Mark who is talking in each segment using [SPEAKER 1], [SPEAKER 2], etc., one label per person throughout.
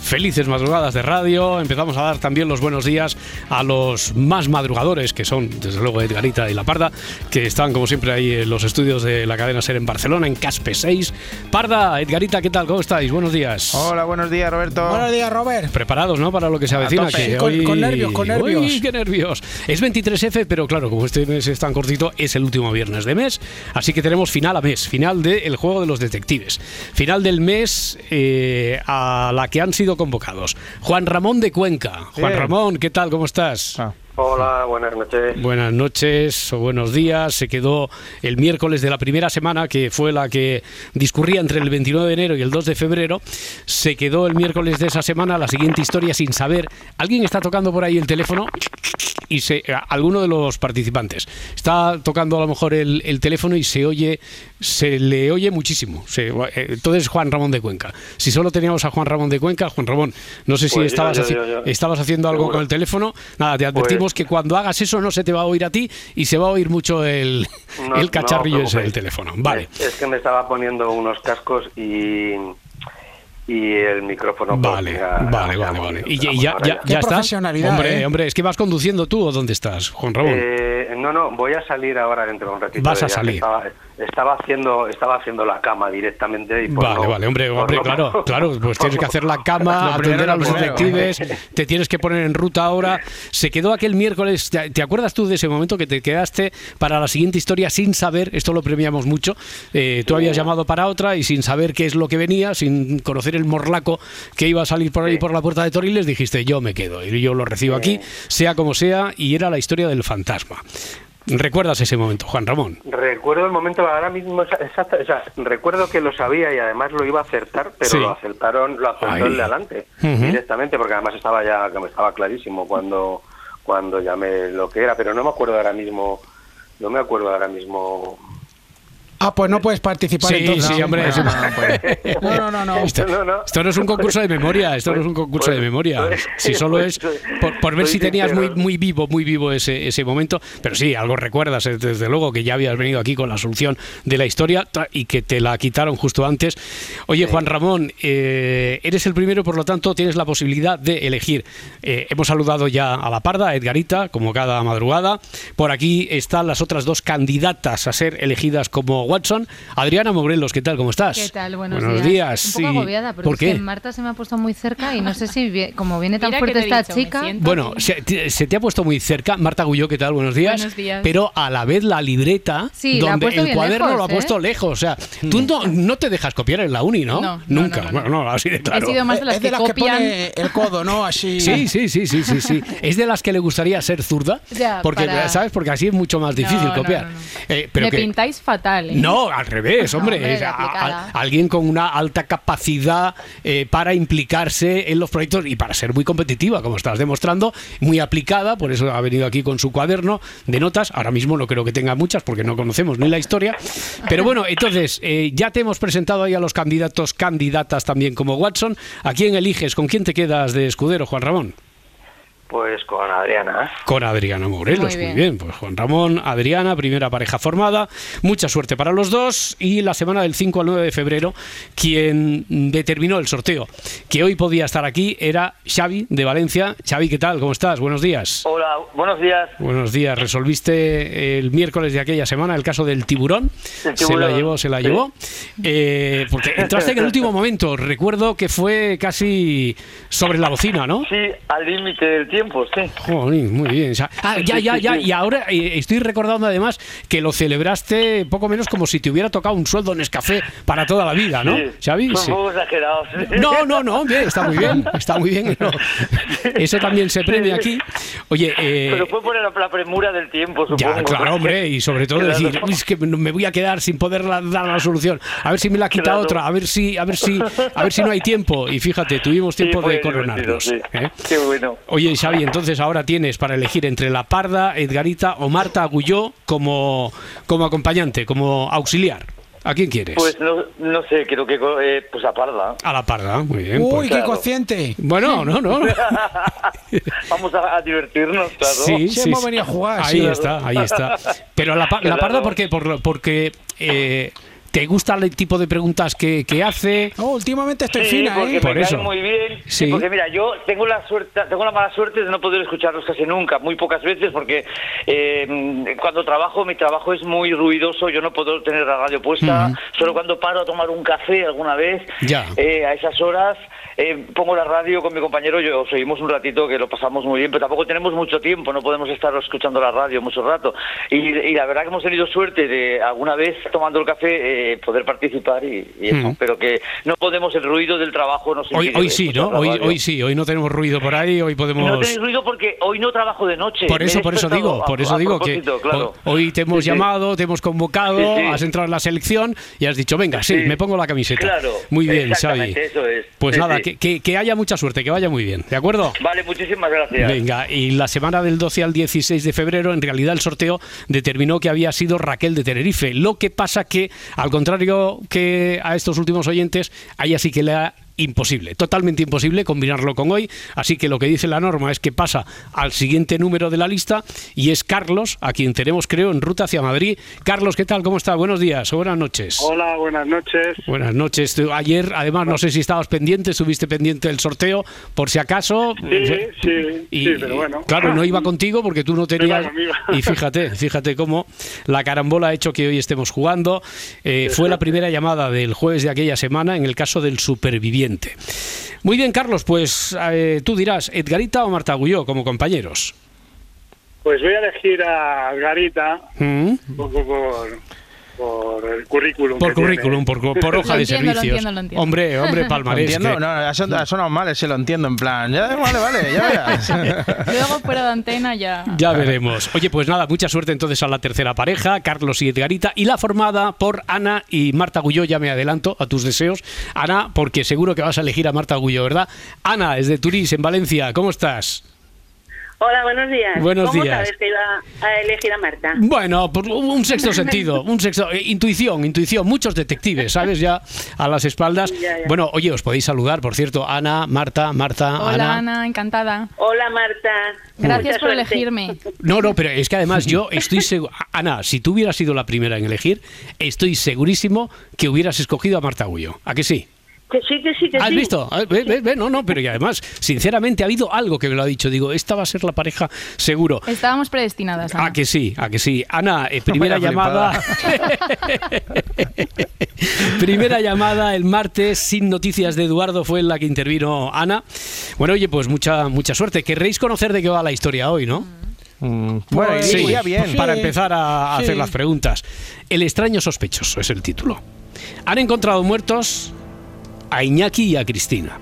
[SPEAKER 1] Felices madrugadas de radio. Empezamos a dar también los buenos días a los más madrugadores, que son, desde luego, Edgarita y La Parda, que están, como siempre, ahí en los estudios de la cadena Ser en Barcelona, en Caspe 6. Parda, Edgarita, ¿qué tal? ¿Cómo estáis? Buenos días.
[SPEAKER 2] Hola, buenos días, Roberto.
[SPEAKER 3] Buenos días, Robert.
[SPEAKER 1] Preparados, ¿no? Para lo que se avecina.
[SPEAKER 3] tope.
[SPEAKER 1] que
[SPEAKER 3] Con-
[SPEAKER 1] hoy-
[SPEAKER 3] con nervios, con nervios.
[SPEAKER 1] Uy, qué nervios. Es 23F, pero claro, como este mes es tan cortito, es el último viernes de mes. Así que tenemos final a mes, final del juego de los detectives. Final del mes eh, a la que han sido convocados. Juan Ramón de Cuenca. Juan
[SPEAKER 2] Bien.
[SPEAKER 1] Ramón, ¿qué tal? ¿Cómo estás?
[SPEAKER 2] Ah,
[SPEAKER 4] Hola, buenas noches.
[SPEAKER 1] Buenas noches o buenos días. Se quedó el miércoles de la primera semana, que fue la que discurría entre el 29 de enero y el 2 de febrero. Se quedó el miércoles de esa semana la siguiente historia sin saber. Alguien está tocando por ahí el teléfono y se, a- alguno de los participantes está tocando a lo mejor el, el teléfono y se oye, se le oye muchísimo. Se- eh, entonces Juan Ramón de Cuenca. Si solo teníamos a Juan Ramón de Cuenca, Juan Ramón, no sé si
[SPEAKER 4] Pues ya,
[SPEAKER 1] estabas,
[SPEAKER 4] ya,
[SPEAKER 1] haci-
[SPEAKER 4] ya, ya.
[SPEAKER 1] estabas haciendo algo
[SPEAKER 4] Seguro.
[SPEAKER 1] con el teléfono. Nada, te advertimos
[SPEAKER 4] Pues-
[SPEAKER 1] que cuando hagas eso no se te va a oír a ti y se va a oír mucho el,
[SPEAKER 4] No-
[SPEAKER 1] el cacharrillo
[SPEAKER 4] no os
[SPEAKER 1] ese del
[SPEAKER 4] preocupéis.
[SPEAKER 1] teléfono. Vale.
[SPEAKER 4] Es, es que me estaba poniendo unos cascos y, y el micrófono. pues,
[SPEAKER 1] Vale,
[SPEAKER 4] ya-
[SPEAKER 1] vale,
[SPEAKER 4] ya
[SPEAKER 1] vale,
[SPEAKER 4] hemos-
[SPEAKER 1] vale. Y ya,
[SPEAKER 4] Eh, vamos,
[SPEAKER 1] ya,
[SPEAKER 4] ahora
[SPEAKER 1] ya,
[SPEAKER 3] Qué
[SPEAKER 1] ya estás.
[SPEAKER 3] profesionalidad,
[SPEAKER 1] Hombre,
[SPEAKER 3] ¿eh?
[SPEAKER 1] hombre, es que vas conduciendo tú o dónde estás, Juan Ramón.
[SPEAKER 4] Eh, no, no, voy a salir ahora dentro de un ratito.
[SPEAKER 1] Vas a
[SPEAKER 4] de viaje.
[SPEAKER 1] salir.
[SPEAKER 4] Estaba, estaba haciendo, estaba haciendo la cama directamente. Y pues
[SPEAKER 1] Vale,
[SPEAKER 4] no-
[SPEAKER 1] vale, hombre,
[SPEAKER 4] pues
[SPEAKER 1] hombre,
[SPEAKER 4] no-
[SPEAKER 1] claro, claro, pues tienes que hacer la cama,
[SPEAKER 2] Lo primero,
[SPEAKER 1] atender a
[SPEAKER 2] lo
[SPEAKER 1] los
[SPEAKER 2] primero.
[SPEAKER 1] detectives, te tienes que poner en ruta ahora. Se quedó aquel miércoles, ¿te te acuerdas tú de ese momento que te quedaste para la siguiente historia sin saber, esto lo premiamos mucho, eh, tú habías llamado para otra y sin saber qué es lo que venía, sin conocer el morlaco que iba a salir por ahí
[SPEAKER 4] Sí.
[SPEAKER 1] por la puerta de Toriles, dijiste yo me quedo, y yo lo recibo aquí, sea como sea, y era la historia del fantasma. ¿Recuerdas ese momento, Juan Ramón?
[SPEAKER 4] Recuerdo el momento, ahora mismo, esa- exacta- o sea, recuerdo que lo sabía y además lo iba a acertar, pero
[SPEAKER 1] Sí.
[SPEAKER 4] lo acertaron, lo acertó
[SPEAKER 1] Ahí.
[SPEAKER 4] el de adelante
[SPEAKER 1] Ujú.
[SPEAKER 4] directamente, porque además estaba ya, que me estaba clarísimo cuando, cuando llamé lo que era, pero no me acuerdo ahora mismo, no me acuerdo ahora mismo.
[SPEAKER 3] Ah, pues no puedes participar
[SPEAKER 1] Sí,
[SPEAKER 3] entonces.
[SPEAKER 1] sí, hombre,
[SPEAKER 3] No,
[SPEAKER 1] es-
[SPEAKER 3] no, pues. Eh, no, puede. no, no, no, no.
[SPEAKER 1] Esto,
[SPEAKER 4] No, no.
[SPEAKER 1] esto no es un concurso de memoria, esto no es un concurso
[SPEAKER 4] Pues-
[SPEAKER 1] de memoria.
[SPEAKER 4] pues-
[SPEAKER 1] Si solo
[SPEAKER 4] pues
[SPEAKER 1] es
[SPEAKER 4] soy-
[SPEAKER 1] por, por ver
[SPEAKER 4] soy
[SPEAKER 1] si tenías muy,
[SPEAKER 4] sincero.
[SPEAKER 1] muy vivo, muy vivo ese, ese momento. Pero sí, algo recuerdas, eh, desde luego, que ya habías venido aquí con la solución de la historia tra- y que te la quitaron justo antes. Oye, Juan Ramón, eh, eres el primero, por lo tanto, tienes la posibilidad de elegir. Eh, hemos saludado ya a La Parda, a Edgarita, como cada madrugada. Por aquí están las otras dos candidatas a ser elegidas como Watson. Adriana Morelos, ¿qué tal? ¿Cómo estás?
[SPEAKER 5] ¿Qué tal? Buenos,
[SPEAKER 1] días.
[SPEAKER 5] Un poco
[SPEAKER 1] sí.
[SPEAKER 5] agobiada, porque
[SPEAKER 1] ¿Por
[SPEAKER 5] es que
[SPEAKER 1] qué?
[SPEAKER 5] Marta se me ha puesto muy cerca y no sé si, vie- como viene tan
[SPEAKER 6] Mira que
[SPEAKER 5] fuerte
[SPEAKER 6] te he
[SPEAKER 5] esta
[SPEAKER 6] dicho, me
[SPEAKER 5] chica,
[SPEAKER 6] siento-
[SPEAKER 1] Bueno, se, te- se te ha puesto muy cerca. Marta Gulló, ¿qué tal? Buenos días.
[SPEAKER 6] Buenos días.
[SPEAKER 1] Pero a la vez la libreta,
[SPEAKER 5] Sí, la ha
[SPEAKER 1] donde
[SPEAKER 5] puesto
[SPEAKER 1] el
[SPEAKER 5] bien
[SPEAKER 1] cuaderno
[SPEAKER 5] lejos,
[SPEAKER 1] lo ha puesto
[SPEAKER 5] ¿eh?
[SPEAKER 1] lejos. O sea, tú no, no te dejas copiar en la uni, ¿no?
[SPEAKER 6] No, no,
[SPEAKER 1] Nunca.
[SPEAKER 6] no, no, no.
[SPEAKER 1] Bueno, no, así de claro.
[SPEAKER 6] He sido más de las
[SPEAKER 3] Es de
[SPEAKER 6] que
[SPEAKER 3] las que
[SPEAKER 6] copian.
[SPEAKER 3] pone el codo, ¿no? Así.
[SPEAKER 1] Sí, sí, sí, sí, sí, sí. Es de las que le gustaría ser zurda,
[SPEAKER 5] Ya,
[SPEAKER 1] porque
[SPEAKER 5] para-
[SPEAKER 1] sabes, porque así es mucho más difícil
[SPEAKER 6] no,
[SPEAKER 1] copiar.
[SPEAKER 6] no, no.
[SPEAKER 1] Eh, pero
[SPEAKER 6] me
[SPEAKER 1] que-
[SPEAKER 6] pintáis fatal. ¿eh?
[SPEAKER 1] No, al revés, hombre.
[SPEAKER 5] hombre,
[SPEAKER 1] Es
[SPEAKER 5] de
[SPEAKER 1] a- a-
[SPEAKER 5] aplicada.
[SPEAKER 1] alguien con una alta capacidad eh, para implicarse en los proyectos y para ser muy competitiva, como estás demostrando, muy aplicada, por eso ha venido aquí con su cuaderno de notas. Ahora mismo no creo que tenga muchas porque no conocemos ni la historia. Pero bueno, entonces, eh, ya te hemos presentado ahí a los candidatos, candidatas también como Watson. ¿A quién eliges? ¿Con quién te quedas de escudero, Juan Ramón?
[SPEAKER 7] Pues con Adriana.
[SPEAKER 1] Con Adriana Morelos, muy
[SPEAKER 5] Muy
[SPEAKER 1] bien.
[SPEAKER 5] bien.
[SPEAKER 1] Pues Juan Ramón, Adriana, primera pareja formada. Mucha suerte para los dos. Y la semana del 5 al 9 de febrero, quien determinó el sorteo que hoy podía estar aquí era Xavi de Valencia. Xavi, ¿qué tal? ¿Cómo estás? Buenos días.
[SPEAKER 7] Hola, buenos días.
[SPEAKER 1] Buenos días. Resolviste el miércoles de aquella semana el caso del tiburón.
[SPEAKER 7] El
[SPEAKER 1] Se la
[SPEAKER 7] tiburón,
[SPEAKER 1] llevó, se la
[SPEAKER 7] sí.
[SPEAKER 1] llevó. Eh, porque entraste en el último momento. Recuerdo que fue casi sobre la bocina, ¿no?
[SPEAKER 7] Sí, al límite del tiempo, sí.
[SPEAKER 1] Jolín, muy bien. O sea, ah, ya, ya, ya. Y ahora eh, estoy recordando además que lo celebraste poco menos como si te hubiera tocado un sueldo en Escafé para toda la vida, ¿no?
[SPEAKER 7] Sí.
[SPEAKER 1] ¿Xavi?
[SPEAKER 7] Fue
[SPEAKER 1] Sí.
[SPEAKER 7] un poco exagerado. sí.
[SPEAKER 1] No, no, no, hombre, está muy bien, está muy bien. no. Eso también se premia aquí. Oye, eh,
[SPEAKER 7] Pero fue por la, la premura del tiempo, supongo.
[SPEAKER 1] ya, claro, hombre, y sobre todo
[SPEAKER 7] Claro.
[SPEAKER 1] decir, "Uy, es que me voy a quedar sin poder la- dar la solución. A ver si me la quita
[SPEAKER 7] Claro.
[SPEAKER 1] otra, a ver si, a ver si, a ver si no hay tiempo. Y fíjate, tuvimos
[SPEAKER 7] Sí,
[SPEAKER 1] tiempo
[SPEAKER 7] fue
[SPEAKER 1] de
[SPEAKER 7] divertido,
[SPEAKER 1] coronarnos.
[SPEAKER 7] sí.
[SPEAKER 1] ¿eh?
[SPEAKER 7] Qué bueno.
[SPEAKER 1] Oye, Xavi, entonces ahora tienes para elegir entre La Parda, Edgarita o Marta Agulló como, como acompañante, como auxiliar. ¿A quién quieres?
[SPEAKER 7] Pues no, no sé, creo que co- eh, pues a Parda.
[SPEAKER 1] A La Parda, muy bien.
[SPEAKER 3] Uy,
[SPEAKER 1] pues.
[SPEAKER 3] qué
[SPEAKER 7] Claro.
[SPEAKER 3] cociente.
[SPEAKER 1] Bueno, no, no.
[SPEAKER 7] Vamos a, a divertirnos, claro.
[SPEAKER 1] Sí,
[SPEAKER 3] Sí,
[SPEAKER 1] sí,
[SPEAKER 3] hemos
[SPEAKER 1] sí.
[SPEAKER 3] venido a jugar,
[SPEAKER 1] Ahí
[SPEAKER 3] sí.
[SPEAKER 1] está, ahí está. Pero La, pa- la
[SPEAKER 7] Claro.
[SPEAKER 1] Parda, ¿por qué? Por lo- porque eh, te gusta el tipo de preguntas que, que hace.
[SPEAKER 3] Oh, últimamente estoy
[SPEAKER 7] Sí,
[SPEAKER 3] fina,
[SPEAKER 7] porque
[SPEAKER 3] ¿eh?
[SPEAKER 7] me
[SPEAKER 1] Por
[SPEAKER 7] cae
[SPEAKER 1] eso.
[SPEAKER 7] muy bien.
[SPEAKER 1] Sí.
[SPEAKER 7] Sí. Porque mira, yo tengo la suerte, tengo la mala suerte de no poder escucharlos casi nunca, muy pocas veces, porque eh, cuando trabajo, mi trabajo es muy ruidoso, yo no puedo tener la radio
[SPEAKER 4] Pues, Mm.
[SPEAKER 7] puesta, solo cuando paro a tomar un café alguna vez,
[SPEAKER 1] Ya.
[SPEAKER 7] eh, a esas horas, eh, pongo la radio con mi compañero, yo seguimos un ratito que lo pasamos muy bien, pero tampoco tenemos mucho tiempo, no podemos estar escuchando la radio mucho rato. Y, y la verdad que hemos tenido suerte de alguna vez tomando el café eh, poder participar y, y eso,
[SPEAKER 1] Mm.
[SPEAKER 7] pero que no podemos el ruido del trabajo nos
[SPEAKER 1] Hoy,
[SPEAKER 7] impide
[SPEAKER 1] hoy sí, ¿no?
[SPEAKER 7] escuchar la
[SPEAKER 1] Hoy,
[SPEAKER 7] radio.
[SPEAKER 1] hoy sí, hoy no tenemos ruido por ahí, hoy podemos...
[SPEAKER 7] No tenéis ruido porque hoy no trabajo de noche.
[SPEAKER 1] Por
[SPEAKER 7] Me he
[SPEAKER 1] eso, por eso
[SPEAKER 7] despertado
[SPEAKER 1] digo,
[SPEAKER 7] a-
[SPEAKER 1] por eso
[SPEAKER 7] a
[SPEAKER 1] digo que
[SPEAKER 7] propósito, claro.
[SPEAKER 1] ho- hoy te hemos
[SPEAKER 7] Sí, sí.
[SPEAKER 1] llamado, te hemos convocado,
[SPEAKER 7] Sí, sí.
[SPEAKER 1] has entrado en la selección y has dicho, venga, sí,
[SPEAKER 7] Sí.
[SPEAKER 1] me pongo la camiseta.
[SPEAKER 7] Claro,
[SPEAKER 1] muy bien, Xavi.
[SPEAKER 7] exactamente, eso es.
[SPEAKER 1] Pues
[SPEAKER 7] Sí,
[SPEAKER 1] nada,
[SPEAKER 7] sí.
[SPEAKER 1] que, que- que haya mucha suerte, que vaya muy bien, ¿de acuerdo?
[SPEAKER 7] Vale, muchísimas gracias.
[SPEAKER 1] Venga, y la semana del 12 al 16 de febrero, en realidad el sorteo determinó que había sido Raquel de Tenerife. Lo que pasa que, al contrario que a estos últimos oyentes, a ella sí que le ha imposible, totalmente imposible combinarlo con hoy. Así que lo que dice la norma es que pasa al siguiente número de la lista y es Carlos, a quien tenemos, creo, en ruta hacia Madrid. Carlos, ¿qué tal? ¿Cómo está? Buenos días o buenas noches.
[SPEAKER 2] Hola, buenas noches.
[SPEAKER 1] Buenas noches. Tú, Ayer, además, no sé si estabas pendiente, estuviste pendiente del sorteo, por si acaso.
[SPEAKER 2] Sí, sí, sí, pero bueno.
[SPEAKER 1] eh, Claro, no iba contigo porque tú Ah. no tenías.
[SPEAKER 2] conmigo.
[SPEAKER 1] Y fíjate, fíjate cómo la carambola ha hecho que hoy estemos jugando. Eh, fue la primera llamada del jueves de aquella semana en el caso del superviviente. Muy bien, Carlos, pues eh, tú dirás, Edgarita o Marta Agulló como compañeros.
[SPEAKER 2] Pues voy a elegir a Garita
[SPEAKER 1] ¿Mm?
[SPEAKER 2] un poco por, por el currículum.
[SPEAKER 1] Por
[SPEAKER 2] que tiene.
[SPEAKER 1] currículum, por, por hoja
[SPEAKER 5] Lo
[SPEAKER 1] de
[SPEAKER 5] entiendo, lo
[SPEAKER 1] servicios.
[SPEAKER 5] entiendo, lo entiendo.
[SPEAKER 1] Hombre, hombre,
[SPEAKER 6] Lo
[SPEAKER 1] palmarés.
[SPEAKER 6] entiendo,
[SPEAKER 1] que-
[SPEAKER 6] no, ha son- ha sonado mal ese lo entiendo, en plan, ya, vale, vale, ya verás.
[SPEAKER 8] Luego fuera de antena ya.
[SPEAKER 1] Ya veremos. Oye, pues nada, mucha suerte entonces a la tercera pareja, Carlos y Edgarita, y la formada por Ana y Marta Gulló, ya me adelanto a tus deseos. Ana, porque seguro que vas a elegir a Marta Gulló, ¿verdad? Ana, desde Turís, en Valencia, ¿cómo estás?
[SPEAKER 9] Hola, buenos días.
[SPEAKER 1] Buenos
[SPEAKER 9] ¿Cómo
[SPEAKER 1] días.
[SPEAKER 9] sabes que iba a elegir a Marta?
[SPEAKER 1] Bueno, por un un sexto sentido, un sexto, eh, intuición, intuición, muchos detectives, ¿sabes? Ya a las espaldas.
[SPEAKER 9] Ya, ya.
[SPEAKER 1] Bueno, oye, os podéis saludar, por cierto, Ana, Marta, Marta,
[SPEAKER 8] Hola Ana, encantada.
[SPEAKER 9] Hola, Marta.
[SPEAKER 8] Gracias
[SPEAKER 9] Mucha
[SPEAKER 8] por
[SPEAKER 9] suerte.
[SPEAKER 8] elegirme.
[SPEAKER 1] No, no, pero es que además yo estoy seguro. Ana, si tú hubieras sido la primera en elegir, estoy segurísimo que hubieras escogido a Marta Gullo. ¿A que sí?
[SPEAKER 9] Que sí, que sí, que
[SPEAKER 1] ¿Has
[SPEAKER 9] sí.
[SPEAKER 1] visto? Ah, ve, ve, ve, no, no, pero y además, sinceramente, ha habido algo que me lo ha dicho. Digo, esta va a ser la pareja seguro.
[SPEAKER 8] Estábamos predestinadas. Ana.
[SPEAKER 1] A Ah, que sí, a que sí. Ana, eh, primera
[SPEAKER 6] Vaya
[SPEAKER 1] llamada. primera llamada el martes sin noticias de Eduardo fue en la que intervino Ana. Bueno, oye, pues mucha mucha suerte. Querréis conocer de qué va la historia hoy, ¿no?
[SPEAKER 6] Mm, bueno,
[SPEAKER 3] Pues
[SPEAKER 6] iría-
[SPEAKER 1] Sí,
[SPEAKER 6] iría bien.
[SPEAKER 3] Sí.
[SPEAKER 1] para empezar a
[SPEAKER 3] Sí.
[SPEAKER 1] hacer las preguntas. El extraño sospechoso es el título. Han encontrado muertos a Iñaki y a Cristina.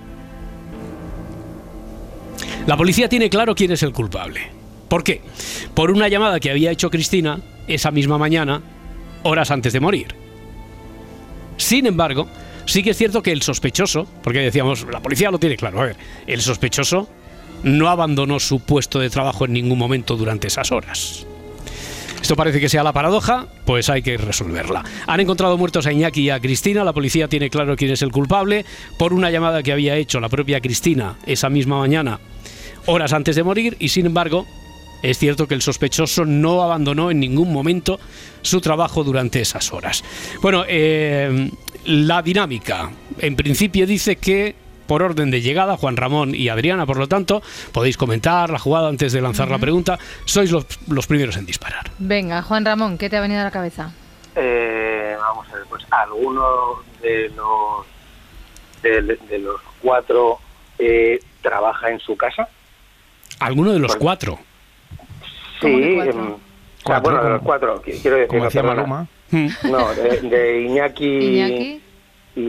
[SPEAKER 1] La policía tiene claro quién es el culpable. ¿Por qué? Por una llamada que había hecho Cristina esa misma mañana, horas antes de morir. Sin embargo, sí que es cierto que el sospechoso, porque decíamos, la policía lo tiene claro, a ver, el sospechoso no abandonó su puesto de trabajo en ningún momento durante esas horas. Esto parece que sea la paradoja, pues hay que resolverla. Han encontrado muertos a Iñaki y a Cristina, la policía tiene claro quién es el culpable, por una llamada que había hecho la propia Cristina esa misma mañana, horas antes de morir y sin embargo es cierto que el sospechoso no abandonó en ningún momento su trabajo durante esas horas. Bueno, eh, la dinámica. En principio dice que por orden de llegada, Juan Ramón y Adriana, por lo tanto, podéis comentar la jugada antes de lanzar la pregunta. Sois los, los primeros en disparar.
[SPEAKER 5] Venga, Juan Ramón, ¿qué te ha venido a la cabeza?
[SPEAKER 4] Eh, vamos a ver, pues alguno de los de, de los cuatro eh, trabaja en su casa.
[SPEAKER 1] ¿Alguno de los cuatro?
[SPEAKER 4] Sí, em, o sea, bueno, de los cuatro, qui- quiero decir.
[SPEAKER 6] Como
[SPEAKER 4] no,
[SPEAKER 6] decía
[SPEAKER 4] perdona.
[SPEAKER 6] Maluma.
[SPEAKER 4] No, de, de Iñaki,
[SPEAKER 5] Iñaki.
[SPEAKER 4] y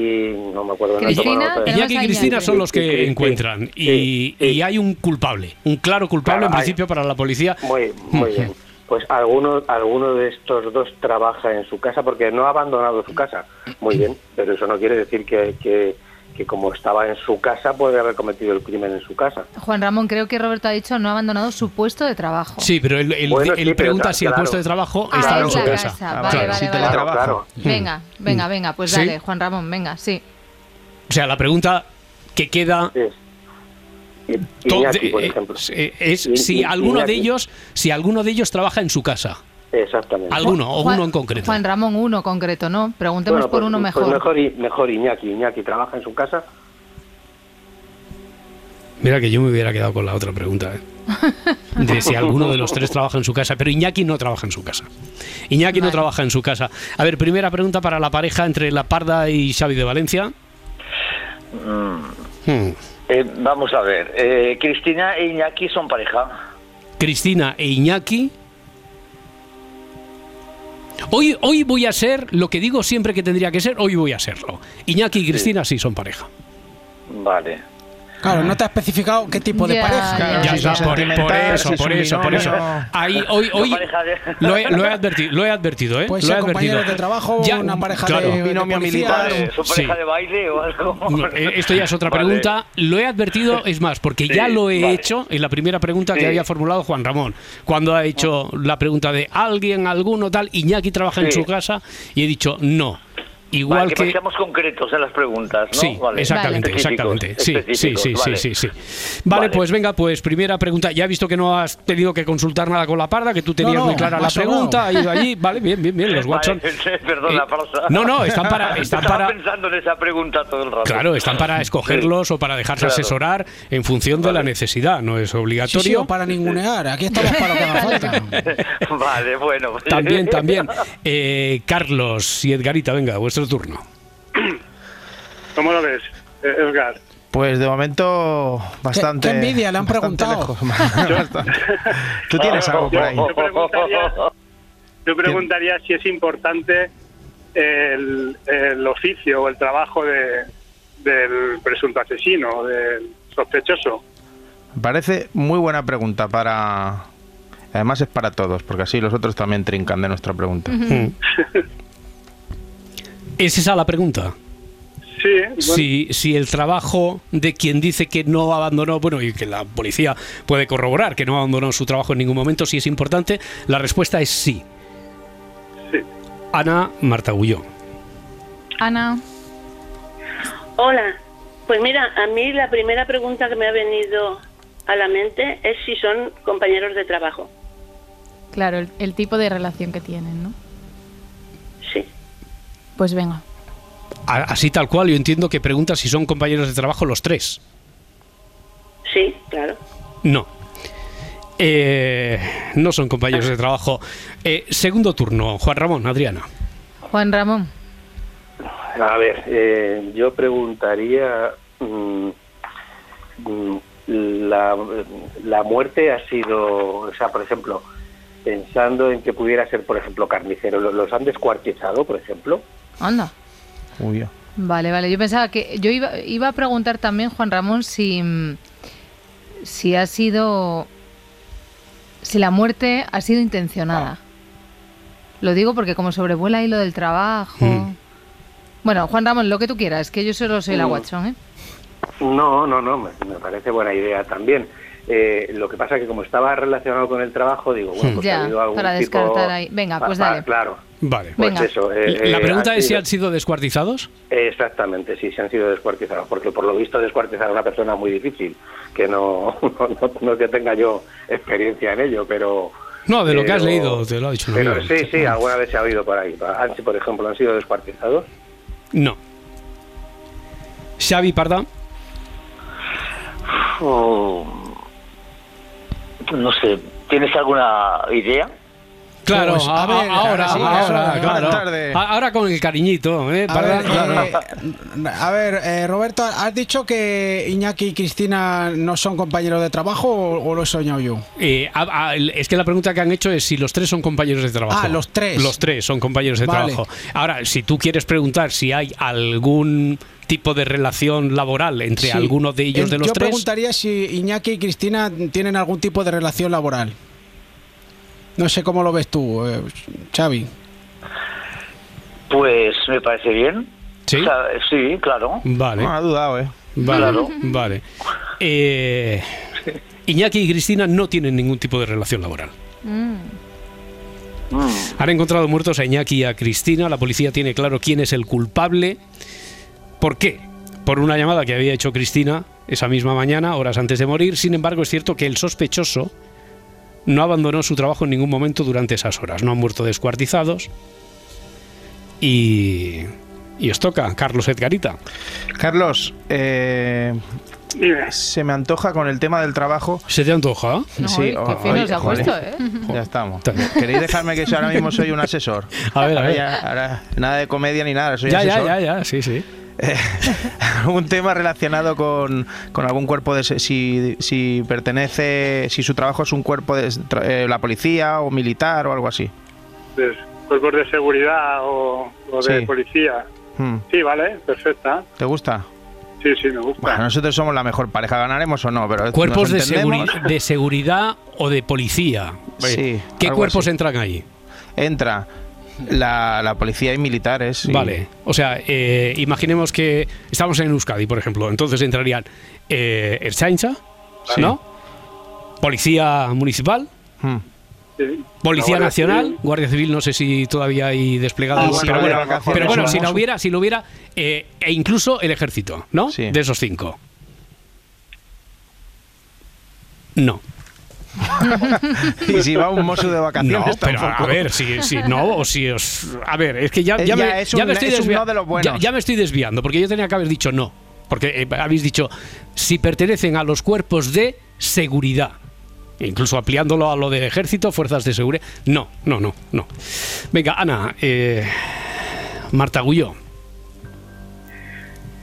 [SPEAKER 4] no me acuerdo.
[SPEAKER 5] Cristina,
[SPEAKER 4] no, tomo nota.
[SPEAKER 5] tenemos
[SPEAKER 1] Iñaki y Cristina son los
[SPEAKER 4] Sí, sí, sí,
[SPEAKER 1] que
[SPEAKER 4] sí.
[SPEAKER 1] encuentran y, y hay un culpable, un claro culpable
[SPEAKER 4] Claro,
[SPEAKER 1] en
[SPEAKER 4] hay-
[SPEAKER 1] principio para la policía.
[SPEAKER 4] Muy, muy bien. Pues alguno, alguno de estos dos trabaja en su casa porque no ha abandonado su casa. Muy bien, pero eso no quiere decir que, que, que como estaba en su casa puede haber cometido el crimen en su casa.
[SPEAKER 5] Juan Ramón, creo que Roberto ha dicho no ha abandonado su puesto de trabajo.
[SPEAKER 1] Sí, pero él, él-
[SPEAKER 4] Bueno,
[SPEAKER 1] él
[SPEAKER 4] sí, pero
[SPEAKER 1] pregunta
[SPEAKER 4] tra-
[SPEAKER 1] si el
[SPEAKER 4] claro.
[SPEAKER 1] puesto de trabajo
[SPEAKER 5] Ah,
[SPEAKER 1] está
[SPEAKER 5] es
[SPEAKER 1] en su
[SPEAKER 5] la
[SPEAKER 1] casa. Mm.
[SPEAKER 5] casa. Ah, vale, vale,
[SPEAKER 6] sí,
[SPEAKER 5] vale.
[SPEAKER 6] teletrabajo.
[SPEAKER 4] Claro,
[SPEAKER 5] Venga, venga, venga, pues
[SPEAKER 1] Sí.
[SPEAKER 5] dale, Juan Ramón, venga, sí.
[SPEAKER 1] O sea, la pregunta que queda
[SPEAKER 4] Es-
[SPEAKER 1] to-
[SPEAKER 4] Iñaki, por
[SPEAKER 1] eh,
[SPEAKER 4] ejemplo.
[SPEAKER 1] eh, es
[SPEAKER 4] I-
[SPEAKER 1] si
[SPEAKER 4] I-
[SPEAKER 1] alguno de
[SPEAKER 4] Iñaki.
[SPEAKER 1] ellos, si alguno de ellos trabaja en su casa.
[SPEAKER 4] Exactamente.
[SPEAKER 1] Alguno, o
[SPEAKER 5] Juan-
[SPEAKER 1] uno en concreto.
[SPEAKER 5] Juan Ramón, uno concreto, ¿no? Preguntemos
[SPEAKER 4] Bueno,
[SPEAKER 5] por
[SPEAKER 4] pues-
[SPEAKER 5] uno
[SPEAKER 4] pues
[SPEAKER 5] mejor.
[SPEAKER 4] mejor, I- mejor Iñaki. Iñaki trabaja en su casa.
[SPEAKER 1] Mira que yo me hubiera quedado con la otra pregunta, ¿eh? De si alguno de los tres trabaja en su casa, pero Iñaki no trabaja en su casa. Iñaki no
[SPEAKER 5] Vale.
[SPEAKER 1] trabaja en su casa. A ver, primera pregunta para la pareja entre La Parda y Xavi de Valencia.
[SPEAKER 7] Mm.
[SPEAKER 1] Hmm.
[SPEAKER 7] Eh, vamos a ver, eh, Cristina e Iñaki son pareja.
[SPEAKER 1] Cristina e Iñaki. Hoy, hoy voy a ser lo que digo siempre que tendría que ser, hoy voy a serlo. Iñaki y Cristina sí son pareja.
[SPEAKER 7] Vale.
[SPEAKER 3] Claro, pues no te ha especificado qué tipo de
[SPEAKER 5] Ya,
[SPEAKER 3] pareja.
[SPEAKER 5] ya,
[SPEAKER 1] Ya
[SPEAKER 6] si
[SPEAKER 1] está,
[SPEAKER 6] es
[SPEAKER 1] por,
[SPEAKER 6] sentimental,
[SPEAKER 1] por
[SPEAKER 6] si
[SPEAKER 1] eso,
[SPEAKER 6] es
[SPEAKER 1] por
[SPEAKER 6] un
[SPEAKER 1] eso, por eso.
[SPEAKER 6] binomio.
[SPEAKER 1] Ahí, hoy, hoy
[SPEAKER 7] No pareja de-
[SPEAKER 1] lo, he, lo he advertido, lo he advertido, ¿eh?
[SPEAKER 3] Puede
[SPEAKER 1] Lo he
[SPEAKER 3] ser compañeros
[SPEAKER 1] advertido.
[SPEAKER 3] pues de trabajo,
[SPEAKER 1] Ya,
[SPEAKER 3] una pareja
[SPEAKER 1] claro.
[SPEAKER 3] de, de
[SPEAKER 6] Binomio
[SPEAKER 3] policía,
[SPEAKER 6] militar,
[SPEAKER 7] ¿Son eh, pareja
[SPEAKER 1] Sí.
[SPEAKER 7] de baile o algo?
[SPEAKER 1] No, eh, Esto ya es otra
[SPEAKER 7] Vale.
[SPEAKER 1] pregunta. Lo he advertido, es más, porque
[SPEAKER 7] Sí,
[SPEAKER 1] ya lo he
[SPEAKER 7] vale.
[SPEAKER 1] hecho en la primera pregunta que
[SPEAKER 7] Sí. Ah.
[SPEAKER 1] había formulado Juan Ramón. Cuando ha hecho la pregunta de alguien, alguno, tal, Iñaki trabaja en
[SPEAKER 7] Sí.
[SPEAKER 1] su casa y he dicho no. Igual
[SPEAKER 7] Vale, que,
[SPEAKER 1] que.
[SPEAKER 7] seamos concretos en las preguntas, ¿no?
[SPEAKER 1] Sí,
[SPEAKER 7] Vale.
[SPEAKER 1] exactamente,
[SPEAKER 7] Específicos,
[SPEAKER 1] exactamente. Sí, sí,
[SPEAKER 7] específicos,
[SPEAKER 1] sí,
[SPEAKER 7] vale.
[SPEAKER 1] sí, sí, sí. Vale,
[SPEAKER 7] Vale.
[SPEAKER 1] pues venga, pues primera pregunta. Ya he visto que no has tenido que consultar nada con la parda, que tú tenías
[SPEAKER 3] no,
[SPEAKER 1] muy clara
[SPEAKER 3] me
[SPEAKER 1] la
[SPEAKER 3] ha sobrado.
[SPEAKER 1] pregunta, ha ido allí. Vale, bien, bien, bien, los Watson.
[SPEAKER 7] Vale, perdón, la
[SPEAKER 1] Eh,
[SPEAKER 7] pausa.
[SPEAKER 1] no, no, están para- están
[SPEAKER 7] Estaba
[SPEAKER 1] para-
[SPEAKER 7] pensando en esa pregunta todo el rato.
[SPEAKER 1] Claro, están para escogerlos o para dejarse
[SPEAKER 7] Claro.
[SPEAKER 1] asesorar en función de la
[SPEAKER 7] Vale.
[SPEAKER 1] necesidad, no es
[SPEAKER 3] sí, sí,
[SPEAKER 1] obligatorio.
[SPEAKER 3] o para ningunear. Aquí estamos para lo que haga falta.
[SPEAKER 7] vale, bueno.
[SPEAKER 1] También, también. Eh, Carlos y Edgarita, venga, vuestro turno.
[SPEAKER 2] ¿Cómo lo ves, eh, Edgar?
[SPEAKER 6] Pues de momento, bastante.
[SPEAKER 3] qué envidia, le han
[SPEAKER 6] bastante
[SPEAKER 3] preguntado.
[SPEAKER 6] lejos, bastante. Tú tienes algo por ahí.
[SPEAKER 2] Yo preguntaría, yo preguntaría si es importante el, el oficio o el trabajo de, del presunto asesino, del sospechoso.
[SPEAKER 6] Parece muy buena pregunta para. Además es para todos, porque así los otros también trincan de nuestra pregunta.
[SPEAKER 1] ¿Es esa la pregunta?
[SPEAKER 2] Sí, bueno,
[SPEAKER 1] si, si el trabajo de quien dice que no abandonó, bueno, y que la policía puede corroborar que no abandonó su trabajo en ningún momento, si es importante, la respuesta es sí.
[SPEAKER 2] Sí.
[SPEAKER 1] Ana Marta Gulló.
[SPEAKER 8] Ana,
[SPEAKER 9] Hola. Pues mira, a mí la primera pregunta que me ha venido a la mente es si son compañeros de trabajo.
[SPEAKER 8] claro, el, el tipo de relación que tienen, ¿no?
[SPEAKER 9] Sí.
[SPEAKER 8] Pues venga.
[SPEAKER 1] A- Así tal cual, yo entiendo que pregunta si son compañeros de trabajo los tres.
[SPEAKER 9] Sí, claro.
[SPEAKER 1] No. Eh, no son compañeros de trabajo. Eh, segundo turno, Juan Ramón, Adriana.
[SPEAKER 5] Juan Ramón,
[SPEAKER 4] A ver, eh, yo preguntaría, mm, mm, la, la muerte ha sido, o sea, por ejemplo, pensando en que pudiera ser, por ejemplo, carnicero, ¿lo- ¿los han descuartizado, por ejemplo?
[SPEAKER 5] anda.
[SPEAKER 6] Uy,
[SPEAKER 5] Vale, vale. Yo pensaba que. Yo iba, iba a preguntar también, Juan Ramón, si. mm, Si ha sido. Si la muerte ha sido
[SPEAKER 4] Ah.
[SPEAKER 5] intencionada. Lo digo porque, como sobrevuela ahí lo del trabajo.
[SPEAKER 1] Mm.
[SPEAKER 5] Bueno, Juan Ramón, lo que tú quieras, que yo solo soy la
[SPEAKER 4] Mm.
[SPEAKER 5] guachón, ¿eh?
[SPEAKER 4] No, no, no, me, me parece buena idea también. Eh, lo que pasa es que como estaba relacionado con el trabajo, digo, bueno, pues ha
[SPEAKER 5] Ya,
[SPEAKER 4] habido algún
[SPEAKER 5] para
[SPEAKER 4] tipo-
[SPEAKER 5] descartar ahí. Venga,
[SPEAKER 4] Pa-
[SPEAKER 5] pues
[SPEAKER 4] pa-
[SPEAKER 5] dale.
[SPEAKER 4] Claro,
[SPEAKER 1] Vale.
[SPEAKER 4] Pues eso, eh,
[SPEAKER 1] la
[SPEAKER 4] eh,
[SPEAKER 1] pregunta
[SPEAKER 4] han
[SPEAKER 1] es si
[SPEAKER 4] sido-
[SPEAKER 1] han sido descuartizados.
[SPEAKER 4] Exactamente, sí, se han sido descuartizados, porque por lo visto descuartizar a una persona es muy difícil, que no, no, no- no que tenga yo experiencia en ello, pero...
[SPEAKER 1] No, de lo que has
[SPEAKER 4] pero-
[SPEAKER 1] leído, te lo ha dicho. un
[SPEAKER 4] Pero
[SPEAKER 1] amigo.
[SPEAKER 4] sí, sí, alguna vez se ha oído por ahí. Han- por ejemplo, han sido descuartizados.
[SPEAKER 1] No. Xavi Parda,
[SPEAKER 7] Oh, no sé, ¿tienes alguna idea?
[SPEAKER 1] claro,
[SPEAKER 7] Pues, a
[SPEAKER 1] a-
[SPEAKER 7] ver,
[SPEAKER 1] ahora,
[SPEAKER 7] sí,
[SPEAKER 1] ahora,
[SPEAKER 7] ahora,
[SPEAKER 1] claro.
[SPEAKER 7] buenas tardes.
[SPEAKER 1] A- ahora con el cariñito, ¿eh?
[SPEAKER 3] A
[SPEAKER 1] Parda,
[SPEAKER 3] ver,
[SPEAKER 1] claro.
[SPEAKER 3] eh, A ver, eh, Roberto, ¿has dicho que Iñaki y Cristina no son compañeros de trabajo o, o lo he soñado yo?
[SPEAKER 1] Eh, a- a- es que la pregunta que han hecho es si los tres son compañeros de trabajo.
[SPEAKER 3] Ah, los tres.
[SPEAKER 1] Los tres son compañeros de
[SPEAKER 3] Vale.
[SPEAKER 1] trabajo. Ahora, si tú quieres preguntar si hay algún tipo de relación laboral entre
[SPEAKER 3] Sí.
[SPEAKER 1] alguno de ellos
[SPEAKER 3] Eh,
[SPEAKER 1] de los
[SPEAKER 3] yo
[SPEAKER 1] tres,
[SPEAKER 3] preguntaría si Iñaki y Cristina tienen algún tipo de relación laboral. No sé cómo lo ves tú, eh, Xavi.
[SPEAKER 7] Pues me parece bien.
[SPEAKER 1] Sí.
[SPEAKER 7] O sea, sí, claro.
[SPEAKER 1] Vale.
[SPEAKER 7] No
[SPEAKER 1] No
[SPEAKER 7] ha
[SPEAKER 1] ha
[SPEAKER 6] dudado, ¿eh?
[SPEAKER 1] Vale,
[SPEAKER 7] Claro.
[SPEAKER 1] vale. Eh, Iñaki y Cristina no tienen ningún tipo de relación laboral. Han encontrado muertos a Iñaki y a Cristina. La policía tiene claro quién es el culpable. ¿Por qué? Por una llamada que había hecho Cristina esa misma mañana, horas antes de morir. Sin embargo, es cierto que el sospechoso no abandonó su trabajo en ningún momento durante esas horas. No han muerto descuartizados. Y, y os toca, Carlos Edgarita.
[SPEAKER 6] Carlos, eh, se me antoja con el tema del trabajo.
[SPEAKER 1] ¿Se te antoja?
[SPEAKER 6] sí, o- oye, joder,
[SPEAKER 8] ¿eh?
[SPEAKER 6] Ya estamos. ¿Queréis dejarme que yo ahora mismo soy un asesor?
[SPEAKER 1] A ver, a ver.
[SPEAKER 6] Ahora ya- ahora nada de comedia ni nada, soy
[SPEAKER 1] Ya, ya,
[SPEAKER 6] asesor.
[SPEAKER 1] ya, ya, sí, sí.
[SPEAKER 6] un tema relacionado con, con algún cuerpo de se- si, si pertenece si su trabajo es un cuerpo de tra- eh, la policía o militar o algo así
[SPEAKER 2] de cuerpos de seguridad o, o de
[SPEAKER 6] Sí.
[SPEAKER 2] policía.
[SPEAKER 6] Hmm.
[SPEAKER 2] Sí, vale, perfecta.
[SPEAKER 6] te gusta
[SPEAKER 2] Sí, sí, me gusta.
[SPEAKER 6] bueno nosotros somos la mejor pareja ganaremos o no pero
[SPEAKER 1] Cuerpos de,
[SPEAKER 6] nos entendemos.
[SPEAKER 1] seguri- de seguridad o de policía.
[SPEAKER 6] Sí,
[SPEAKER 1] ¿Qué
[SPEAKER 6] algo
[SPEAKER 1] cuerpos
[SPEAKER 6] así.
[SPEAKER 1] entran ahí?
[SPEAKER 6] entra la, la policía y militares y-
[SPEAKER 1] Vale. O sea, eh, imaginemos que estamos en Euskadi, por ejemplo. Entonces entrarían eh, Ertzaintza,
[SPEAKER 6] Sí.
[SPEAKER 1] ¿no? Policía municipal,
[SPEAKER 6] Hmm.
[SPEAKER 2] Sí.
[SPEAKER 1] Policía
[SPEAKER 2] La Guardia
[SPEAKER 1] Nacional,
[SPEAKER 2] Civil.
[SPEAKER 1] Guardia Civil, no sé si todavía hay desplegado.
[SPEAKER 6] Ah,
[SPEAKER 1] algo,
[SPEAKER 6] bueno,
[SPEAKER 1] pero,
[SPEAKER 6] de
[SPEAKER 1] bueno,
[SPEAKER 6] vacaciones
[SPEAKER 1] pero bueno, si
[SPEAKER 6] somos.
[SPEAKER 1] la hubiera, si lo hubiera, eh, e incluso el ejército, ¿no?
[SPEAKER 6] Sí.
[SPEAKER 1] De esos cinco. No.
[SPEAKER 6] y si va un mozo de vacaciones
[SPEAKER 1] No, pero a
[SPEAKER 6] tampoco.
[SPEAKER 1] ver, si, si no o si os... A ver, es que ya,
[SPEAKER 6] Eh,
[SPEAKER 1] ya,
[SPEAKER 6] ya
[SPEAKER 1] me,
[SPEAKER 6] es un-
[SPEAKER 1] ya me estoy
[SPEAKER 6] es un
[SPEAKER 1] desvia-
[SPEAKER 6] no de los buenos.
[SPEAKER 1] ya- ya me estoy desviando, porque yo tenía que haber dicho no. Porque eh, habéis dicho, si pertenecen a los cuerpos de seguridad, e incluso ampliándolo a lo de ejército, fuerzas de seguridad. No, no, no, no. Venga, Ana, eh, Marta Gulló.